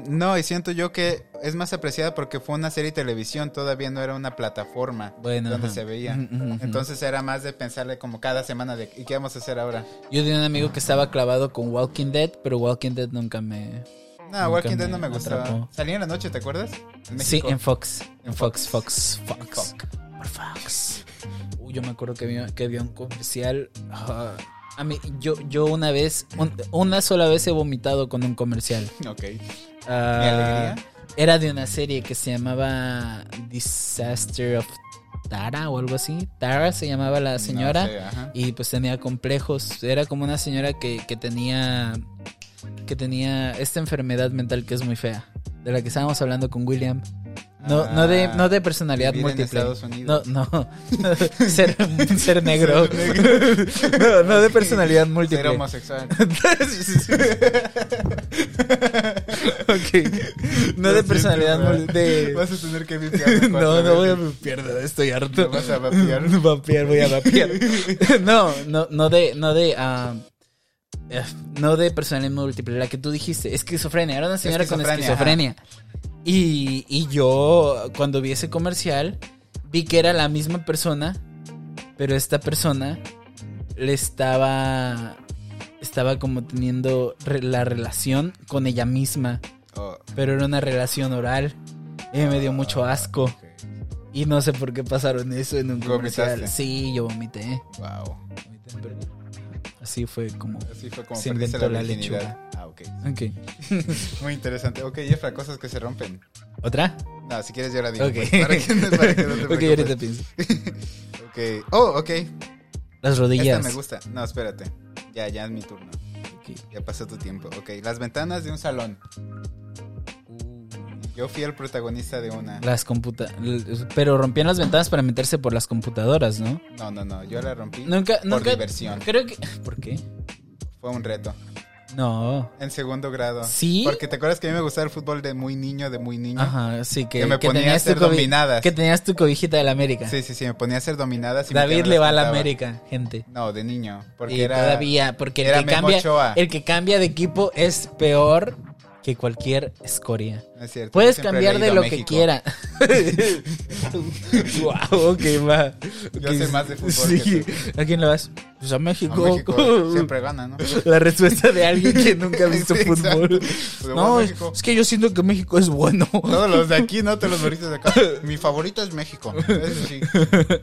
Speaker 1: No, y siento yo que es más apreciada porque fue una serie de televisión, todavía no era una plataforma
Speaker 2: Bueno,
Speaker 1: donde
Speaker 2: ajá.
Speaker 1: se veía.
Speaker 2: Ujú, ujú, ujú.
Speaker 1: Entonces era más de pensarle como cada semana de ¿y qué vamos a hacer ahora?
Speaker 2: Yo tenía un amigo que estaba clavado con Walking Dead, pero Walking Dead nunca me...
Speaker 1: No, Walking Dead no me
Speaker 2: me
Speaker 1: gustaba.
Speaker 2: atrapó.
Speaker 1: Salía en la noche, ¿te acuerdas? En
Speaker 2: Sí,
Speaker 1: México.
Speaker 2: en Fox.
Speaker 1: En
Speaker 2: En Fox,
Speaker 1: Fox.
Speaker 2: Fox,
Speaker 1: En
Speaker 2: Fox. Por Fox. Uy, yo me acuerdo que vi, que vi un comercial. ah, a mí, yo, yo una vez, un- una sola vez he vomitado con un comercial.
Speaker 1: Ok.
Speaker 2: Ah,
Speaker 1: Mi alegría.
Speaker 2: Era de una serie que se llamaba Disaster of Tara o algo así. Tara se llamaba la señora.
Speaker 1: No sé, ajá.
Speaker 2: Y pues tenía complejos. Era como una señora que, que tenía. que tenía esta enfermedad mental que es muy fea. De la que estábamos hablando con William. No,
Speaker 1: Ah,
Speaker 2: no de, no de personalidad
Speaker 1: vivir en
Speaker 2: múltiple.
Speaker 1: Estados
Speaker 2: No,
Speaker 1: Unidos.
Speaker 2: no. ser, ser negro.
Speaker 1: Ser
Speaker 2: no, no de
Speaker 1: Ok.
Speaker 2: personalidad
Speaker 1: Ser
Speaker 2: múltiple.
Speaker 1: homosexual.
Speaker 2: Ok. No de personalidad
Speaker 1: múltiple.
Speaker 2: múltiple.
Speaker 1: Vas a tener que
Speaker 2: De...
Speaker 1: vipiar.
Speaker 2: No, no voy a vapear, de- estoy harto.
Speaker 1: Lo vas a vapear.
Speaker 2: Vapear, voy a vapear. no, no, no de, no de, ah, eh, no de personalidad múltiple, la que tú dijiste, esquizofrenia, era una señora con
Speaker 1: Esquizofrenia,
Speaker 2: esquizofrenia. Y, y yo, cuando vi ese comercial, vi que era la misma persona, pero esta persona le estaba, estaba como teniendo re- la relación con ella misma,
Speaker 1: Oh, ah,
Speaker 2: pero era una relación oral. Y me dio mucho asco.
Speaker 1: ok.
Speaker 2: Y no sé por qué pasaron eso en un comercial.
Speaker 1: ¿Vomitaste?
Speaker 2: Sí, yo vomité.
Speaker 1: Wow.
Speaker 2: Así fue como.
Speaker 1: Así fue como
Speaker 2: Se
Speaker 1: perdiste la
Speaker 2: inventó la
Speaker 1: virginidad.
Speaker 2: lechuga.
Speaker 1: Ah, ok.
Speaker 2: Ok.
Speaker 1: Muy interesante. Ok, Jeffra, cosas que se rompen.
Speaker 2: ¿Otra?
Speaker 1: No, si quieres yo la digo.
Speaker 2: Ok.
Speaker 1: pues, para que no- para que no te
Speaker 2: ok, ahorita
Speaker 1: preocupes.
Speaker 2: pienso.
Speaker 1: Ok. Oh, ok.
Speaker 2: Las rodillas.
Speaker 1: Esta me gusta. No, espérate. Ya, ya es mi turno.
Speaker 2: Ok.
Speaker 1: Ya pasó tu tiempo. Ok, las ventanas de un salón. Uh, Yo fui el protagonista de una.
Speaker 2: Las computa... l- Pero rompían las ventanas para meterse por las computadoras, ¿no?
Speaker 1: No, no, no. Yo la rompí.
Speaker 2: Nunca,
Speaker 1: Por
Speaker 2: nunca.
Speaker 1: diversión.
Speaker 2: Creo que. ¿Por qué?
Speaker 1: Fue un reto.
Speaker 2: No.
Speaker 1: En segundo grado.
Speaker 2: ¿Sí?
Speaker 1: Porque te acuerdas que a mí me gustaba el fútbol de muy niño, de muy niño.
Speaker 2: Ajá, sí, que.
Speaker 1: Que me ponía a
Speaker 2: tenías tu
Speaker 1: hacer
Speaker 2: cobi-
Speaker 1: dominadas.
Speaker 2: Que tenías tu cobijita de la América.
Speaker 1: Sí, sí, sí. Me ponía a hacer dominadas. Y
Speaker 2: David
Speaker 1: me
Speaker 2: le va a la
Speaker 1: juntaba.
Speaker 2: América, gente.
Speaker 1: No, de niño. Porque
Speaker 2: y
Speaker 1: era.
Speaker 2: todavía, porque el
Speaker 1: era
Speaker 2: que,
Speaker 1: Memo
Speaker 2: cambia,
Speaker 1: Ochoa.
Speaker 2: el que cambia de equipo es peor que cualquier escoria.
Speaker 1: No es cierto,
Speaker 2: Puedes
Speaker 1: yo siempre
Speaker 2: cambiar
Speaker 1: le he
Speaker 2: de
Speaker 1: ido a
Speaker 2: lo que
Speaker 1: México.
Speaker 2: quiera. wow, ok, va.
Speaker 1: Yo
Speaker 2: Ok,
Speaker 1: sé más de fútbol
Speaker 2: sí.
Speaker 1: que
Speaker 2: ¿A quién le vas? Pues a
Speaker 1: A
Speaker 2: México.
Speaker 1: México siempre gana, ¿no?
Speaker 2: La respuesta de alguien que nunca ha visto
Speaker 1: Sí, exacto.
Speaker 2: fútbol.
Speaker 1: Pues,
Speaker 2: No,
Speaker 1: bueno,
Speaker 2: es,
Speaker 1: México.
Speaker 2: es que yo siento que México es bueno.
Speaker 1: Todos los de aquí, no te los morritos de acá. Mi favorito es México. Eso sí.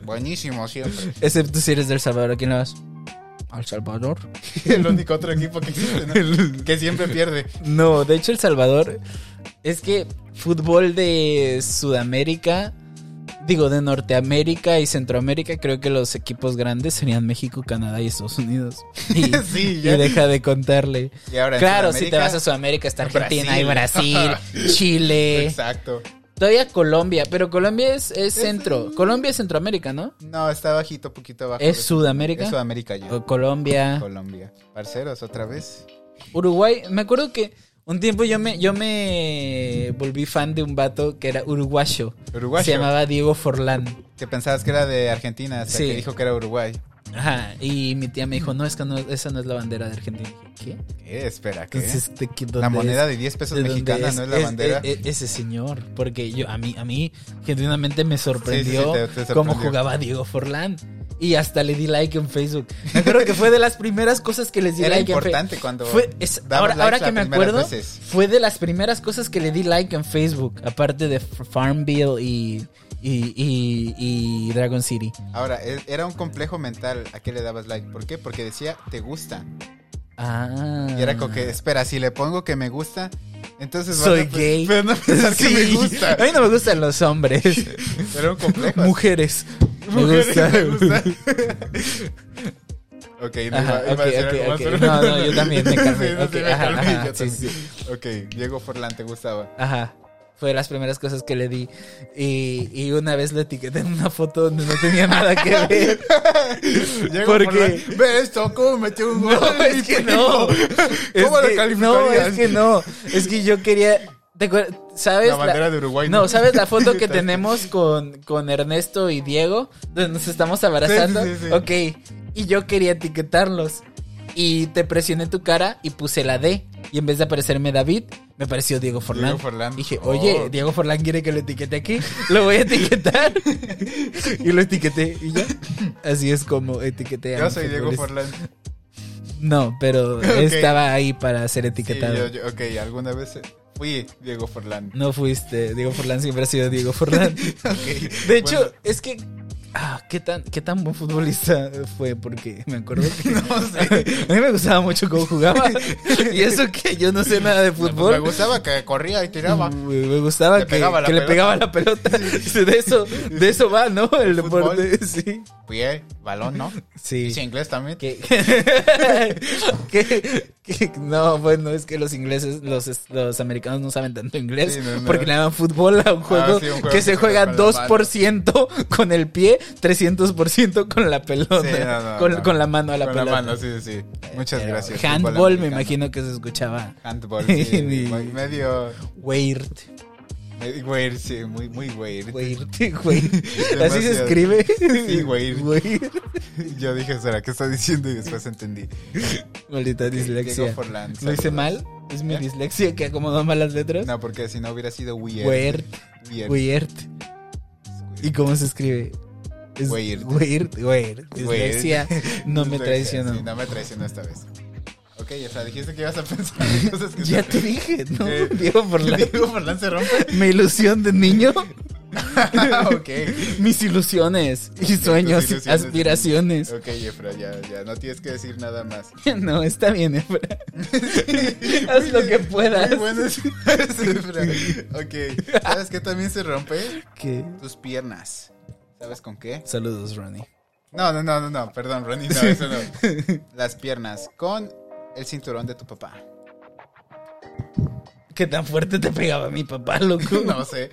Speaker 1: Buenísimo siempre.
Speaker 2: Excepto si eres del Salvador. ¿A quién le vas? ¿Al Salvador?
Speaker 1: El único otro equipo que existe, ¿no? Que siempre pierde.
Speaker 2: No, de hecho El Salvador es que fútbol de Sudamérica, digo de Norteamérica y Centroamérica, creo que los equipos grandes serían México, Canadá y Estados Unidos. Y,
Speaker 1: Sí,
Speaker 2: y
Speaker 1: ya.
Speaker 2: deja de contarle.
Speaker 1: Y ahora en
Speaker 2: Claro, si te
Speaker 1: Sudamérica,
Speaker 2: vas a Sudamérica está Argentina
Speaker 1: Brasil.
Speaker 2: y Brasil, Chile,
Speaker 1: Exacto.
Speaker 2: todavía Colombia, pero Colombia es, es centro, Colombia es Centroamérica, ¿no?
Speaker 1: No, está bajito, poquito abajo.
Speaker 2: ¿Es
Speaker 1: de-
Speaker 2: Sudamérica?
Speaker 1: Es Sudamérica ya.
Speaker 2: O Colombia.
Speaker 1: Colombia. Parceros, otra vez.
Speaker 2: Uruguay, me acuerdo que un tiempo yo me, yo me volví fan de un vato que era uruguayo.
Speaker 1: Uruguayo.
Speaker 2: Se llamaba Diego Forlán.
Speaker 1: Que pensabas que era de Argentina, hasta
Speaker 2: Sí.
Speaker 1: que dijo que era Uruguay.
Speaker 2: Ajá. Y mi tía me dijo, no, es que no, esa no es la bandera de Argentina. Y dije, ¿qué?
Speaker 1: ¿Qué? Espera, ¿qué?
Speaker 2: Entonces, ¿de qué-
Speaker 1: la
Speaker 2: dónde
Speaker 1: moneda
Speaker 2: es?
Speaker 1: de 10 pesos
Speaker 2: ¿De dónde
Speaker 1: mexicana no es la
Speaker 2: Es-
Speaker 1: bandera.
Speaker 2: e- e- ese señor. Porque yo, a mí, a mí, genuinamente me sorprendió
Speaker 1: te- te sorprendió.
Speaker 2: cómo jugaba Diego Forlán. Y hasta le di like en Facebook. Me acuerdo que fue de las primeras cosas que les di
Speaker 1: era
Speaker 2: like en Facebook.
Speaker 1: importante cuando.
Speaker 2: Fue- es-
Speaker 1: dabas
Speaker 2: ahora
Speaker 1: likes
Speaker 2: ahora
Speaker 1: las
Speaker 2: que me
Speaker 1: primeras
Speaker 2: acuerdo,
Speaker 1: veces.
Speaker 2: fue de las primeras cosas que le di like en Facebook, aparte de F- Farmville y, y, y- y Dragon City.
Speaker 1: Ahora, e- era un complejo mental a qué le dabas like. ¿Por qué? Porque decía, te gusta.
Speaker 2: Ah.
Speaker 1: Y era como que, espera, si le pongo que me gusta, Entonces, van
Speaker 2: Soy
Speaker 1: a pe-
Speaker 2: gay.
Speaker 1: Pero no pensar que me
Speaker 2: Sí.
Speaker 1: gusta.
Speaker 2: A mí no me gustan los hombres.
Speaker 1: Era un complejo.
Speaker 2: Mujeres. Me
Speaker 1: Mujeres,
Speaker 2: gusta.
Speaker 1: me gusta. ok, no
Speaker 2: Ajá,
Speaker 1: iba, iba a
Speaker 2: ok,
Speaker 1: decir
Speaker 2: ok,
Speaker 1: algo más,
Speaker 2: ok.
Speaker 1: pero-
Speaker 2: No, no, yo también me calmé.
Speaker 1: Sí, no, sí,
Speaker 2: Ok,
Speaker 1: me
Speaker 2: ajá,
Speaker 1: calmé,
Speaker 2: ajá,
Speaker 1: yo
Speaker 2: sí,
Speaker 1: también. Ok, Diego Forlán, ¿te gustaba?
Speaker 2: Ajá. Fue de las primeras cosas que le di. Y, y una vez le etiqueté en una foto donde no tenía nada que ver.
Speaker 1: Diego
Speaker 2: Porque-
Speaker 1: Forlán, ve esto, cómo metió un gol.
Speaker 2: No, es que no. Es
Speaker 1: ¿Cómo lo
Speaker 2: que- No,
Speaker 1: calificarías?
Speaker 2: es que no. Es que yo quería. ¿Te acuerdas? ¿Sabes?
Speaker 1: La bandera de Uruguay.
Speaker 2: No, ¿sabes la foto que tenemos con, con Ernesto y Diego? Donde nos estamos abrazando.
Speaker 1: Sí, sí, sí.
Speaker 2: Ok. Y yo quería etiquetarlos. Y te presioné tu cara y puse la D. Y en vez de aparecerme David, me pareció Diego Forlán.
Speaker 1: Diego Forlán.
Speaker 2: Dije,
Speaker 1: Oh.
Speaker 2: oye, Diego Forlán quiere que lo etiquete aquí. Lo voy a etiquetar. y lo etiqueté. Y ya. Así es como etiqueté a
Speaker 1: Yo
Speaker 2: un
Speaker 1: soy Diego
Speaker 2: futbolista.
Speaker 1: Forlán.
Speaker 2: No, pero
Speaker 1: Ok.
Speaker 2: estaba ahí para ser
Speaker 1: Sí,
Speaker 2: etiquetado.
Speaker 1: yo, yo- ok, alguna vez fui Diego Forlán.
Speaker 2: No fuiste. Diego Forlán siempre ha sido Diego Forlán.
Speaker 1: Ok,
Speaker 2: De hecho,
Speaker 1: bueno,
Speaker 2: es que. Ah, qué tan, qué tan buen futbolista fue, porque me acuerdo que.
Speaker 1: No sé.
Speaker 2: A mí me gustaba mucho cómo jugaba. y eso que yo no sé nada de
Speaker 1: pues, Me
Speaker 2: fútbol. Mm.
Speaker 1: gustaba que corría y tiraba.
Speaker 2: Me me gustaba
Speaker 1: Le
Speaker 2: que,
Speaker 1: pegaba la
Speaker 2: que le
Speaker 1: pelota.
Speaker 2: pegaba la pelota. De eso, de eso va, ¿no? El
Speaker 1: Fútbol.
Speaker 2: deporte. Sí.
Speaker 1: Pie, eh, balón, ¿no?
Speaker 2: Sí.
Speaker 1: Dice inglés también.
Speaker 2: Que, que- que- no, bueno, es que los ingleses, los, los americanos no saben tanto inglés
Speaker 1: Sí, no, no.
Speaker 2: porque le llaman fútbol a un juego,
Speaker 1: sí, un juego
Speaker 2: que
Speaker 1: que
Speaker 2: se
Speaker 1: se
Speaker 2: juega
Speaker 1: juega con la
Speaker 2: 2% con el pie, 300% con la pelota,
Speaker 1: Sí, no, no,
Speaker 2: con,
Speaker 1: no.
Speaker 2: con la mano a la
Speaker 1: Con
Speaker 2: pelota.
Speaker 1: la mano, sí, sí. Muchas
Speaker 2: Pero
Speaker 1: gracias.
Speaker 2: Handball,
Speaker 1: fútbol
Speaker 2: me
Speaker 1: americano.
Speaker 2: imagino que se escuchaba.
Speaker 1: Handball, sí.
Speaker 2: Ni-
Speaker 1: güey, medio.
Speaker 2: Weird,
Speaker 1: medio Weird, sí, muy, muy weird.
Speaker 2: weird, weird. Así se
Speaker 1: Demasiado.
Speaker 2: escribe.
Speaker 1: Sí, weird.
Speaker 2: Weird.
Speaker 1: Yo dije, ¿será qué está diciendo? Y después entendí.
Speaker 2: Maldita
Speaker 1: Diego
Speaker 2: dislexia.
Speaker 1: Forlán.
Speaker 2: ¿Lo hice
Speaker 1: saludos.
Speaker 2: mal? ¿Es mi
Speaker 1: ¿Eh?
Speaker 2: dislexia que acomodó malas letras?
Speaker 1: No, porque si no hubiera sido weird.
Speaker 2: Weird.
Speaker 1: Weird.
Speaker 2: Weird. ¿Y cómo se escribe? Es
Speaker 1: Weird.
Speaker 2: Weird, weird.
Speaker 1: Weird.
Speaker 2: Dislexia no me
Speaker 1: Sí,
Speaker 2: traicionó.
Speaker 1: sí, no me traicionó esta vez. Ok, o sea, dijiste que ibas a pensar en cosas que...
Speaker 2: Ya te dije, ¿no?
Speaker 1: Eh,
Speaker 2: Diego Forlán.
Speaker 1: Diego Forlán se rompe.
Speaker 2: Mi ilusión de niño,
Speaker 1: Ah, ok.
Speaker 2: mis ilusiones y sueños,
Speaker 1: ilusiones.
Speaker 2: aspiraciones.
Speaker 1: Ok, Efra, ya, ya. No tienes que decir nada más.
Speaker 2: No, está bien, Efra. Haz lo que puedas.
Speaker 1: Muy bueno es- es Efra. Ok. ¿Sabes qué también se rompe?
Speaker 2: ¿Qué?
Speaker 1: Tus piernas. ¿Sabes con qué?
Speaker 2: Saludos, Ronnie.
Speaker 1: No, no, no, no, no. Perdón, Ronnie, no, eso no. Las piernas con el cinturón de tu papá.
Speaker 2: ¿Qué tan fuerte te pegaba mi papá, loco?
Speaker 1: No sé.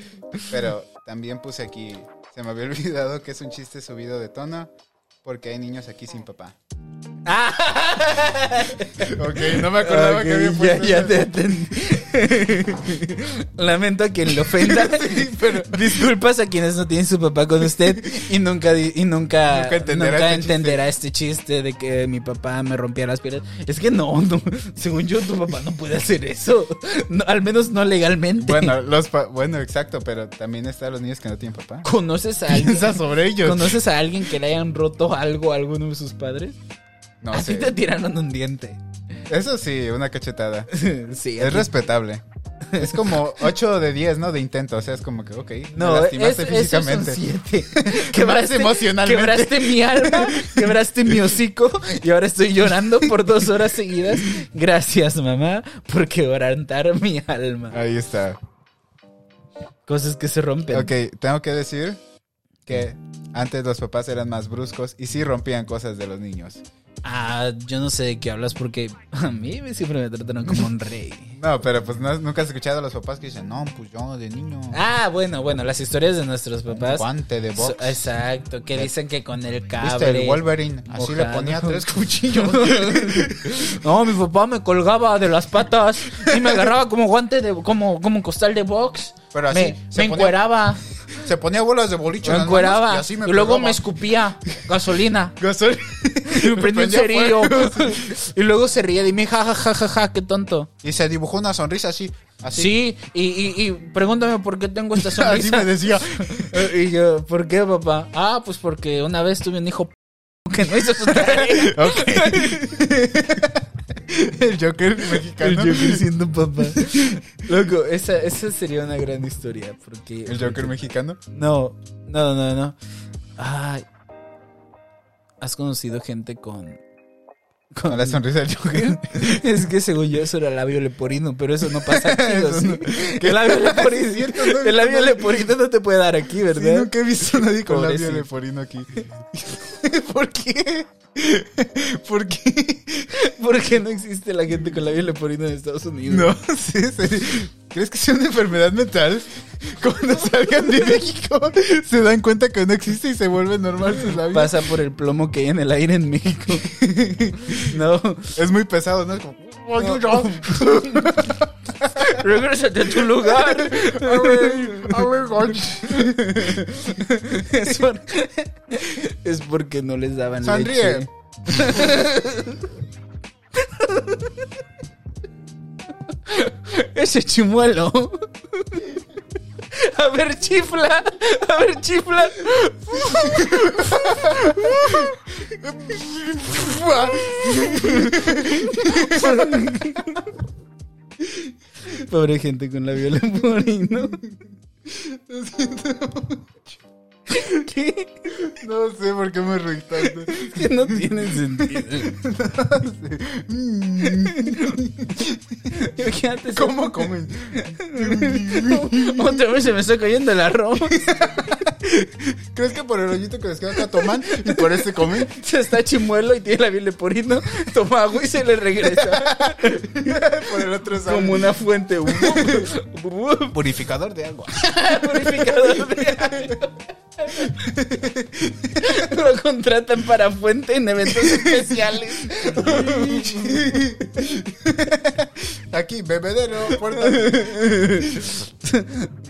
Speaker 1: Pero también puse aquí. Se me había olvidado que es un chiste subido de tono. Porque hay niños aquí sin papá.
Speaker 2: Ah.
Speaker 1: Ok, no me acordaba
Speaker 2: Ok,
Speaker 1: que había
Speaker 2: Ah, ya,
Speaker 1: puesto
Speaker 2: ya
Speaker 1: eso.
Speaker 2: te atendí. Lamento a quien lo ofenda. Disculpas a quienes no tienen su papá con usted y nunca di- y nunca,
Speaker 1: Nunca entenderá
Speaker 2: nunca
Speaker 1: este
Speaker 2: entenderá este chiste de que mi papá me rompía las piernas. Es que no, no, según yo tu papá no puede hacer eso. No, al menos no legalmente.
Speaker 1: Bueno, los pa- bueno, exacto, pero también están los niños que no tienen papá.
Speaker 2: ¿Conoces a alguien?
Speaker 1: Piensa sobre ellos.
Speaker 2: ¿Conoces a alguien que le hayan roto algo a alguno de sus padres?
Speaker 1: No
Speaker 2: a ti te
Speaker 1: sé.
Speaker 2: tiraron un diente.
Speaker 1: Eso sí, una cachetada.
Speaker 2: sí, a
Speaker 1: Es
Speaker 2: ti
Speaker 1: respetable. Es como 8 de 10, ¿no? De intento. O sea, es como que, ok, me
Speaker 2: No,
Speaker 1: lastimaste
Speaker 2: es- esos son
Speaker 1: físicamente.
Speaker 2: siete. Quebraste,
Speaker 1: Más emocionalmente.
Speaker 2: quebraste mi alma, quebraste mi hocico y ahora estoy llorando por dos horas seguidas. Gracias, mamá, por quebrantar mi alma.
Speaker 1: Ahí está.
Speaker 2: Cosas que se rompen.
Speaker 1: Ok, tengo que decir que antes los papás eran más bruscos y sí rompían cosas de los niños.
Speaker 2: Ah, yo no sé de qué hablas porque a mí siempre me trataron como un rey.
Speaker 1: No, pero pues no- nunca has escuchado a los papás que dicen, no, pues yo de niño.
Speaker 2: Ah, bueno, bueno, las historias de nuestros
Speaker 1: un
Speaker 2: papás.
Speaker 1: guante de box.
Speaker 2: So- Exacto, que dicen que con el
Speaker 1: ¿Viste
Speaker 2: cable.
Speaker 1: el Wolverine? Así le
Speaker 2: mojado.
Speaker 1: ponía tres cuchillos.
Speaker 2: No, mi papá me colgaba de las patas y me agarraba como guante de como como costal de box.
Speaker 1: Pero así,
Speaker 2: me,
Speaker 1: se
Speaker 2: me
Speaker 1: ponía-
Speaker 2: encueraba,
Speaker 1: Se ponía bolas de boliche.
Speaker 2: me
Speaker 1: en las manos
Speaker 2: encueraba
Speaker 1: Y,
Speaker 2: y,
Speaker 1: así me
Speaker 2: luego
Speaker 1: pegaba.
Speaker 2: me escupía gasolina.
Speaker 1: Gasol.
Speaker 2: Y me prendí un
Speaker 1: Prendía
Speaker 2: cerillo.
Speaker 1: fuego.
Speaker 2: y luego se ría de mí, ja, ja, ja, ja, ja, qué tonto.
Speaker 1: Y se dibujó una sonrisa así. Así,
Speaker 2: Sí, y, y, y pregúntame por qué tengo esta
Speaker 1: así me
Speaker 2: sonrisa.
Speaker 1: decía.
Speaker 2: y yo, ¿por qué, papá? Ah, pues porque una vez tuve un hijo p- que no hizo su tarea.
Speaker 1: El Joker mexicano.
Speaker 2: El Joker siendo papá. Loco, esa, esa sería una gran historia. Porque.
Speaker 1: El Joker mexicano.
Speaker 2: No, no, no, no. Ay. ¿Has conocido gente con
Speaker 1: Con la sonrisa del Joker.
Speaker 2: Es que según yo eso era labio leporino, pero eso no pasa aquí. ¿o
Speaker 1: Eso
Speaker 2: sí?
Speaker 1: no.
Speaker 2: El labio leporino,
Speaker 1: Es cierto, no,
Speaker 2: el labio
Speaker 1: no.
Speaker 2: leporino no te puede dar aquí,
Speaker 1: Sí,
Speaker 2: ¿verdad?
Speaker 1: nunca he visto a nadie con labio
Speaker 2: Pobrecito.
Speaker 1: leporino aquí. ¿Por qué? ¿Por qué?
Speaker 2: ¿Por qué no existe la gente con labio leporino en Estados Unidos?
Speaker 1: No, sí, sí. ¿Crees que sea una enfermedad mental? Cuando salgan de México, se dan cuenta que no existe y se vuelve normal sus labios.
Speaker 2: Pasa por el plomo que hay en el aire en México. No.
Speaker 1: Es muy pesado, ¿no? Es como- "Oh,
Speaker 2: Regrésate a tu lugar. Es, por- es porque no les daban
Speaker 1: Sonríe.
Speaker 2: leche. Ese chimuelo. A ver, chifla. A ver, chifla. Pobre gente con la viola porino. ¿Qué?
Speaker 1: No sé por qué me reí tanto.
Speaker 2: Es que no tiene sentido. Yo que antes-
Speaker 1: Mm. ¿Cómo comen?
Speaker 2: Otra vez se me está cayendo el arroz.
Speaker 1: ¿Crees que por el hoyito que les queda acá toman y por este comen?
Speaker 2: Se está chimuelo y tiene la piel de porino. Toma agua y se le regresa.
Speaker 1: Por el otro saben.
Speaker 2: Como una fuente.
Speaker 1: purificador de agua.
Speaker 2: Purificador de agua. Lo contratan para fuente en eventos especiales.
Speaker 1: Aquí, bebedero, puerta.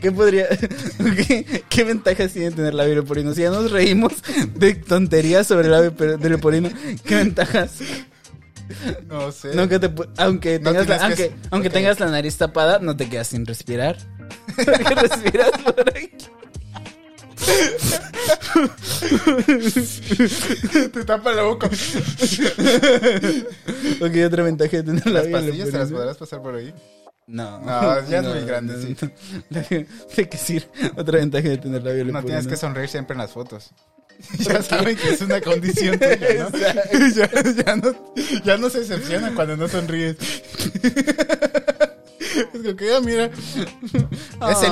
Speaker 2: ¿Qué podría.? ¿Qué, qué ventajas tiene tener labio leporino? Si ya nos reímos de tonterías sobre el labio per- de leporino, ¿qué ventajas?
Speaker 1: No sé.
Speaker 2: No, que te pu- aunque,
Speaker 1: No
Speaker 2: tengas la,
Speaker 1: tienes que-
Speaker 2: aunque, aunque
Speaker 1: ok.
Speaker 2: tengas la nariz tapada, no te quedas sin respirar. Porque respiras por aquí.
Speaker 1: te tapa la boca.
Speaker 2: Ok, otra ventaja de tener
Speaker 1: Las
Speaker 2: labio
Speaker 1: pastillas te las
Speaker 2: leporino.
Speaker 1: podrás pasar por ahí.
Speaker 2: No,
Speaker 1: No, ya es muy grande, sí.
Speaker 2: no. ¿De qué sirve? Otra ventaja de tener labio leporino.
Speaker 1: No tienes que sonreír siempre en las fotos. Ya saben que es una condición tuya, ¿no?
Speaker 2: Exacto.
Speaker 1: Ya, ya no, ya no se excepcionan cuando no sonríes. Es como que, ah, mira, es el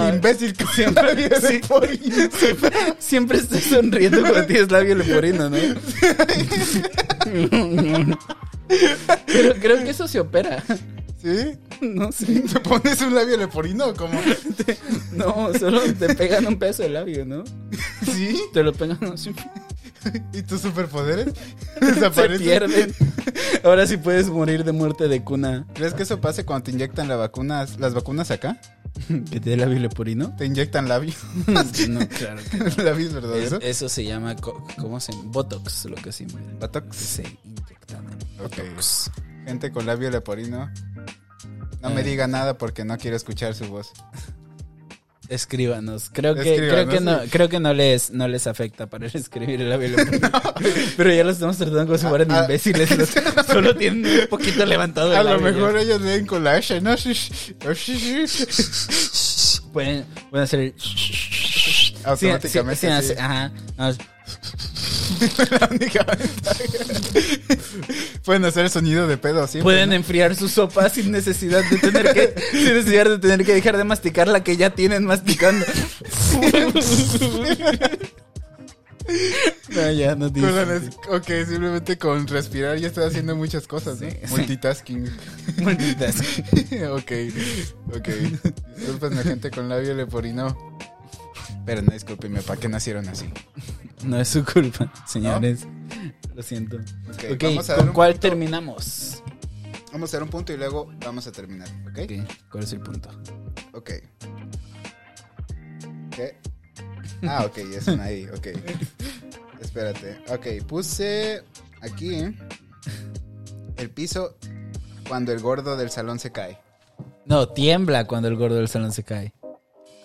Speaker 2: Ay.
Speaker 1: imbécil que siempre viene
Speaker 2: Sí.
Speaker 1: por ahí.
Speaker 2: Siempre estás sonriendo cuando tienes labio leporino, ¿no? Pero creo que eso se opera.
Speaker 1: ¿Sí?
Speaker 2: No sé.
Speaker 1: ¿Te pones un labio leporino o cómo?
Speaker 2: No, solo te pegan un pedazo de labio, ¿no?
Speaker 1: ¿Sí?
Speaker 2: Te lo pegan así.
Speaker 1: ¿Y tus superpoderes?
Speaker 2: Se
Speaker 1: Desaparecen.
Speaker 2: pierden. Ahora sí puedes morir de muerte de cuna.
Speaker 1: ¿Crees que eso pase cuando te inyectan la vacuna, las vacunas acá?
Speaker 2: ¿Que te dé labio leporino?
Speaker 1: ¿Te inyectan labios?
Speaker 2: No, claro. que no.
Speaker 1: ¿Labios, verdad?
Speaker 2: Es-
Speaker 1: eso?
Speaker 2: eso se llama, co- ¿cómo se llama? Botox, lo que se llama.
Speaker 1: ¿Botox?
Speaker 2: Se inyectan el
Speaker 1: Ok.
Speaker 2: Botox.
Speaker 1: Gente con labio leporino. No me
Speaker 2: Eh.
Speaker 1: diga nada porque no quiero escuchar su voz.
Speaker 2: Escríbanos. Creo que, creo
Speaker 1: Escríbanos,
Speaker 2: que no,
Speaker 1: sí.
Speaker 2: creo que no les, no les afecta para escribir el labio leporino. Pero ya los estamos tratando como si fueran
Speaker 1: Ah, ah.
Speaker 2: imbéciles. Los- solo tienen un poquito levantado el
Speaker 1: A lo
Speaker 2: labio.
Speaker 1: mejor ellos leen con la H, ¿no? Sí, sí. Oh, sí, sí.
Speaker 2: Pueden, pueden hacer el-
Speaker 1: Automáticamente.
Speaker 2: Sí, sí, sí,
Speaker 1: sí.
Speaker 2: ajá. Ah,
Speaker 1: La única ventaja. Pueden hacer el sonido de pedo, ¿sí?
Speaker 2: Pueden enfriar su sopa sin necesidad de tener que sin necesidad de tener que dejar de masticar la que ya tienen masticando. No, ya no tiene sentido.
Speaker 1: Ok, simplemente con respirar ya estás haciendo muchas cosas, ¿no?
Speaker 2: Sí, sí.
Speaker 1: Multitasking.
Speaker 2: Multitasking.
Speaker 1: ok, ok. Disculpenme, gente con labio leporino. Pero no, discúlpenme, ¿para qué nacieron así?
Speaker 2: No es su culpa, señores. Lo siento.
Speaker 1: Ok,
Speaker 2: Ok,
Speaker 1: vamos, a dar
Speaker 2: ¿con
Speaker 1: un,
Speaker 2: cuál terminamos?
Speaker 1: vamos a dar un punto y luego vamos a terminar, ¿ok?
Speaker 2: Ok, ¿Cuál es el punto?
Speaker 1: Ok. ¿Qué? Ah, ok, ya están ahí, ok. Espérate. Ok, puse aquí el piso cuando el gordo del salón se cae.
Speaker 2: No, tiembla cuando el gordo del salón se cae.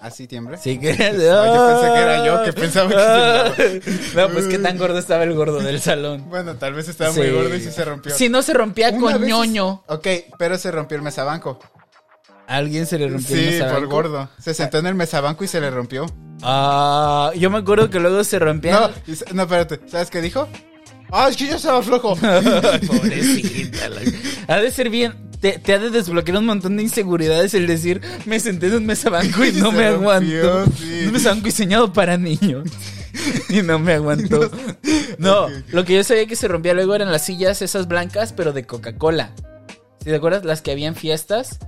Speaker 1: ¿Así tiembla?
Speaker 2: Sí que. yo
Speaker 1: pensé que era yo, que pensaba que
Speaker 2: No, pues qué tan gordo estaba el gordo del salón.
Speaker 1: Bueno, tal vez estaba
Speaker 2: Sí.
Speaker 1: muy gordo y sí se rompió.
Speaker 2: Si no se rompía
Speaker 1: Una
Speaker 2: con
Speaker 1: vez-
Speaker 2: ñoño.
Speaker 1: Ok, pero se rompió el mesabanco. Ah.
Speaker 2: Alguien se le rompió el
Speaker 1: Sí, por
Speaker 2: mesabanco?
Speaker 1: gordo. Se sentó en el mesabanco y se le rompió.
Speaker 2: Ah, yo me acuerdo que luego se rompían.
Speaker 1: No, y se- no, espérate. ¿Sabes qué dijo? Ah, es que yo estaba flojo.
Speaker 2: Pobrecita. la- Ha de ser bien. Te, te ha de desbloquear un montón de inseguridades el decir, me senté en un mesa banco y
Speaker 1: Y
Speaker 2: no
Speaker 1: se
Speaker 2: me
Speaker 1: rompió,
Speaker 2: aguanto.
Speaker 1: sí.
Speaker 2: Un mesa banco diseñado para niños. Y no me aguantó. No, lo que yo sabía que se rompía luego eran las sillas esas blancas, pero de Coca-Cola. ¿Sí te acuerdas? Las que habían fiestas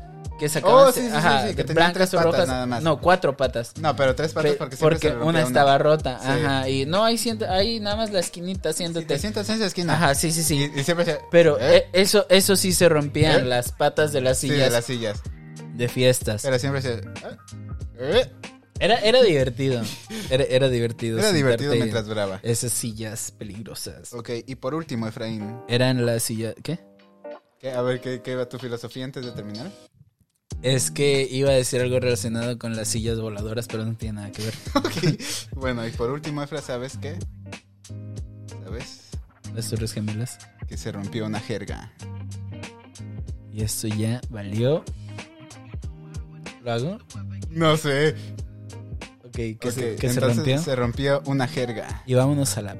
Speaker 2: que sacaban.
Speaker 1: Oh, sí, sí, sí, sí, que tenían
Speaker 2: blancas
Speaker 1: tres
Speaker 2: o
Speaker 1: patas
Speaker 2: rojas.
Speaker 1: nada más.
Speaker 2: No, cuatro patas.
Speaker 1: No, pero tres patas
Speaker 2: Pe-
Speaker 1: porque siempre
Speaker 2: porque
Speaker 1: se rompía
Speaker 2: una estaba rota,
Speaker 1: Sí.
Speaker 2: ajá, y no, ahí sienta, ahí nada más la esquinita
Speaker 1: Sí, te
Speaker 2: siéntate.
Speaker 1: sientas en esa esquina.
Speaker 2: Ajá, sí, sí, sí.
Speaker 1: Y, y siempre se...
Speaker 2: Pero
Speaker 1: ¿Eh?
Speaker 2: eh, eso eso sí se rompían
Speaker 1: ¿Eh?
Speaker 2: las patas de las
Speaker 1: Sí,
Speaker 2: sillas
Speaker 1: de
Speaker 2: de,
Speaker 1: las sillas.
Speaker 2: fiestas.
Speaker 1: Pero siempre se... ¿Eh? ¿Eh?
Speaker 2: Era era divertido. Era, era divertido.
Speaker 1: Era divertido
Speaker 2: sentarte
Speaker 1: mientras duraba.
Speaker 2: en Esas sillas peligrosas.
Speaker 1: Ok, y por último, Efraín.
Speaker 2: Eran las sillas, ¿qué?
Speaker 1: ¿qué- a ver, ¿qué, ¿qué va tu filosofía antes de terminar?
Speaker 2: Es que iba a decir algo relacionado con las sillas voladoras, pero no tiene nada que ver.
Speaker 1: Ok. bueno, y por último, Efra, ¿sabes qué? ¿Sabes?
Speaker 2: Las torres gemelas.
Speaker 1: Que se rompió una jerga.
Speaker 2: Y esto ya valió. ¿Lo hago?
Speaker 1: No sé.
Speaker 2: Ok, que, se,
Speaker 1: Ok,
Speaker 2: que se
Speaker 1: entonces
Speaker 2: rompió.
Speaker 1: Se rompió una jerga.
Speaker 2: Y vámonos a la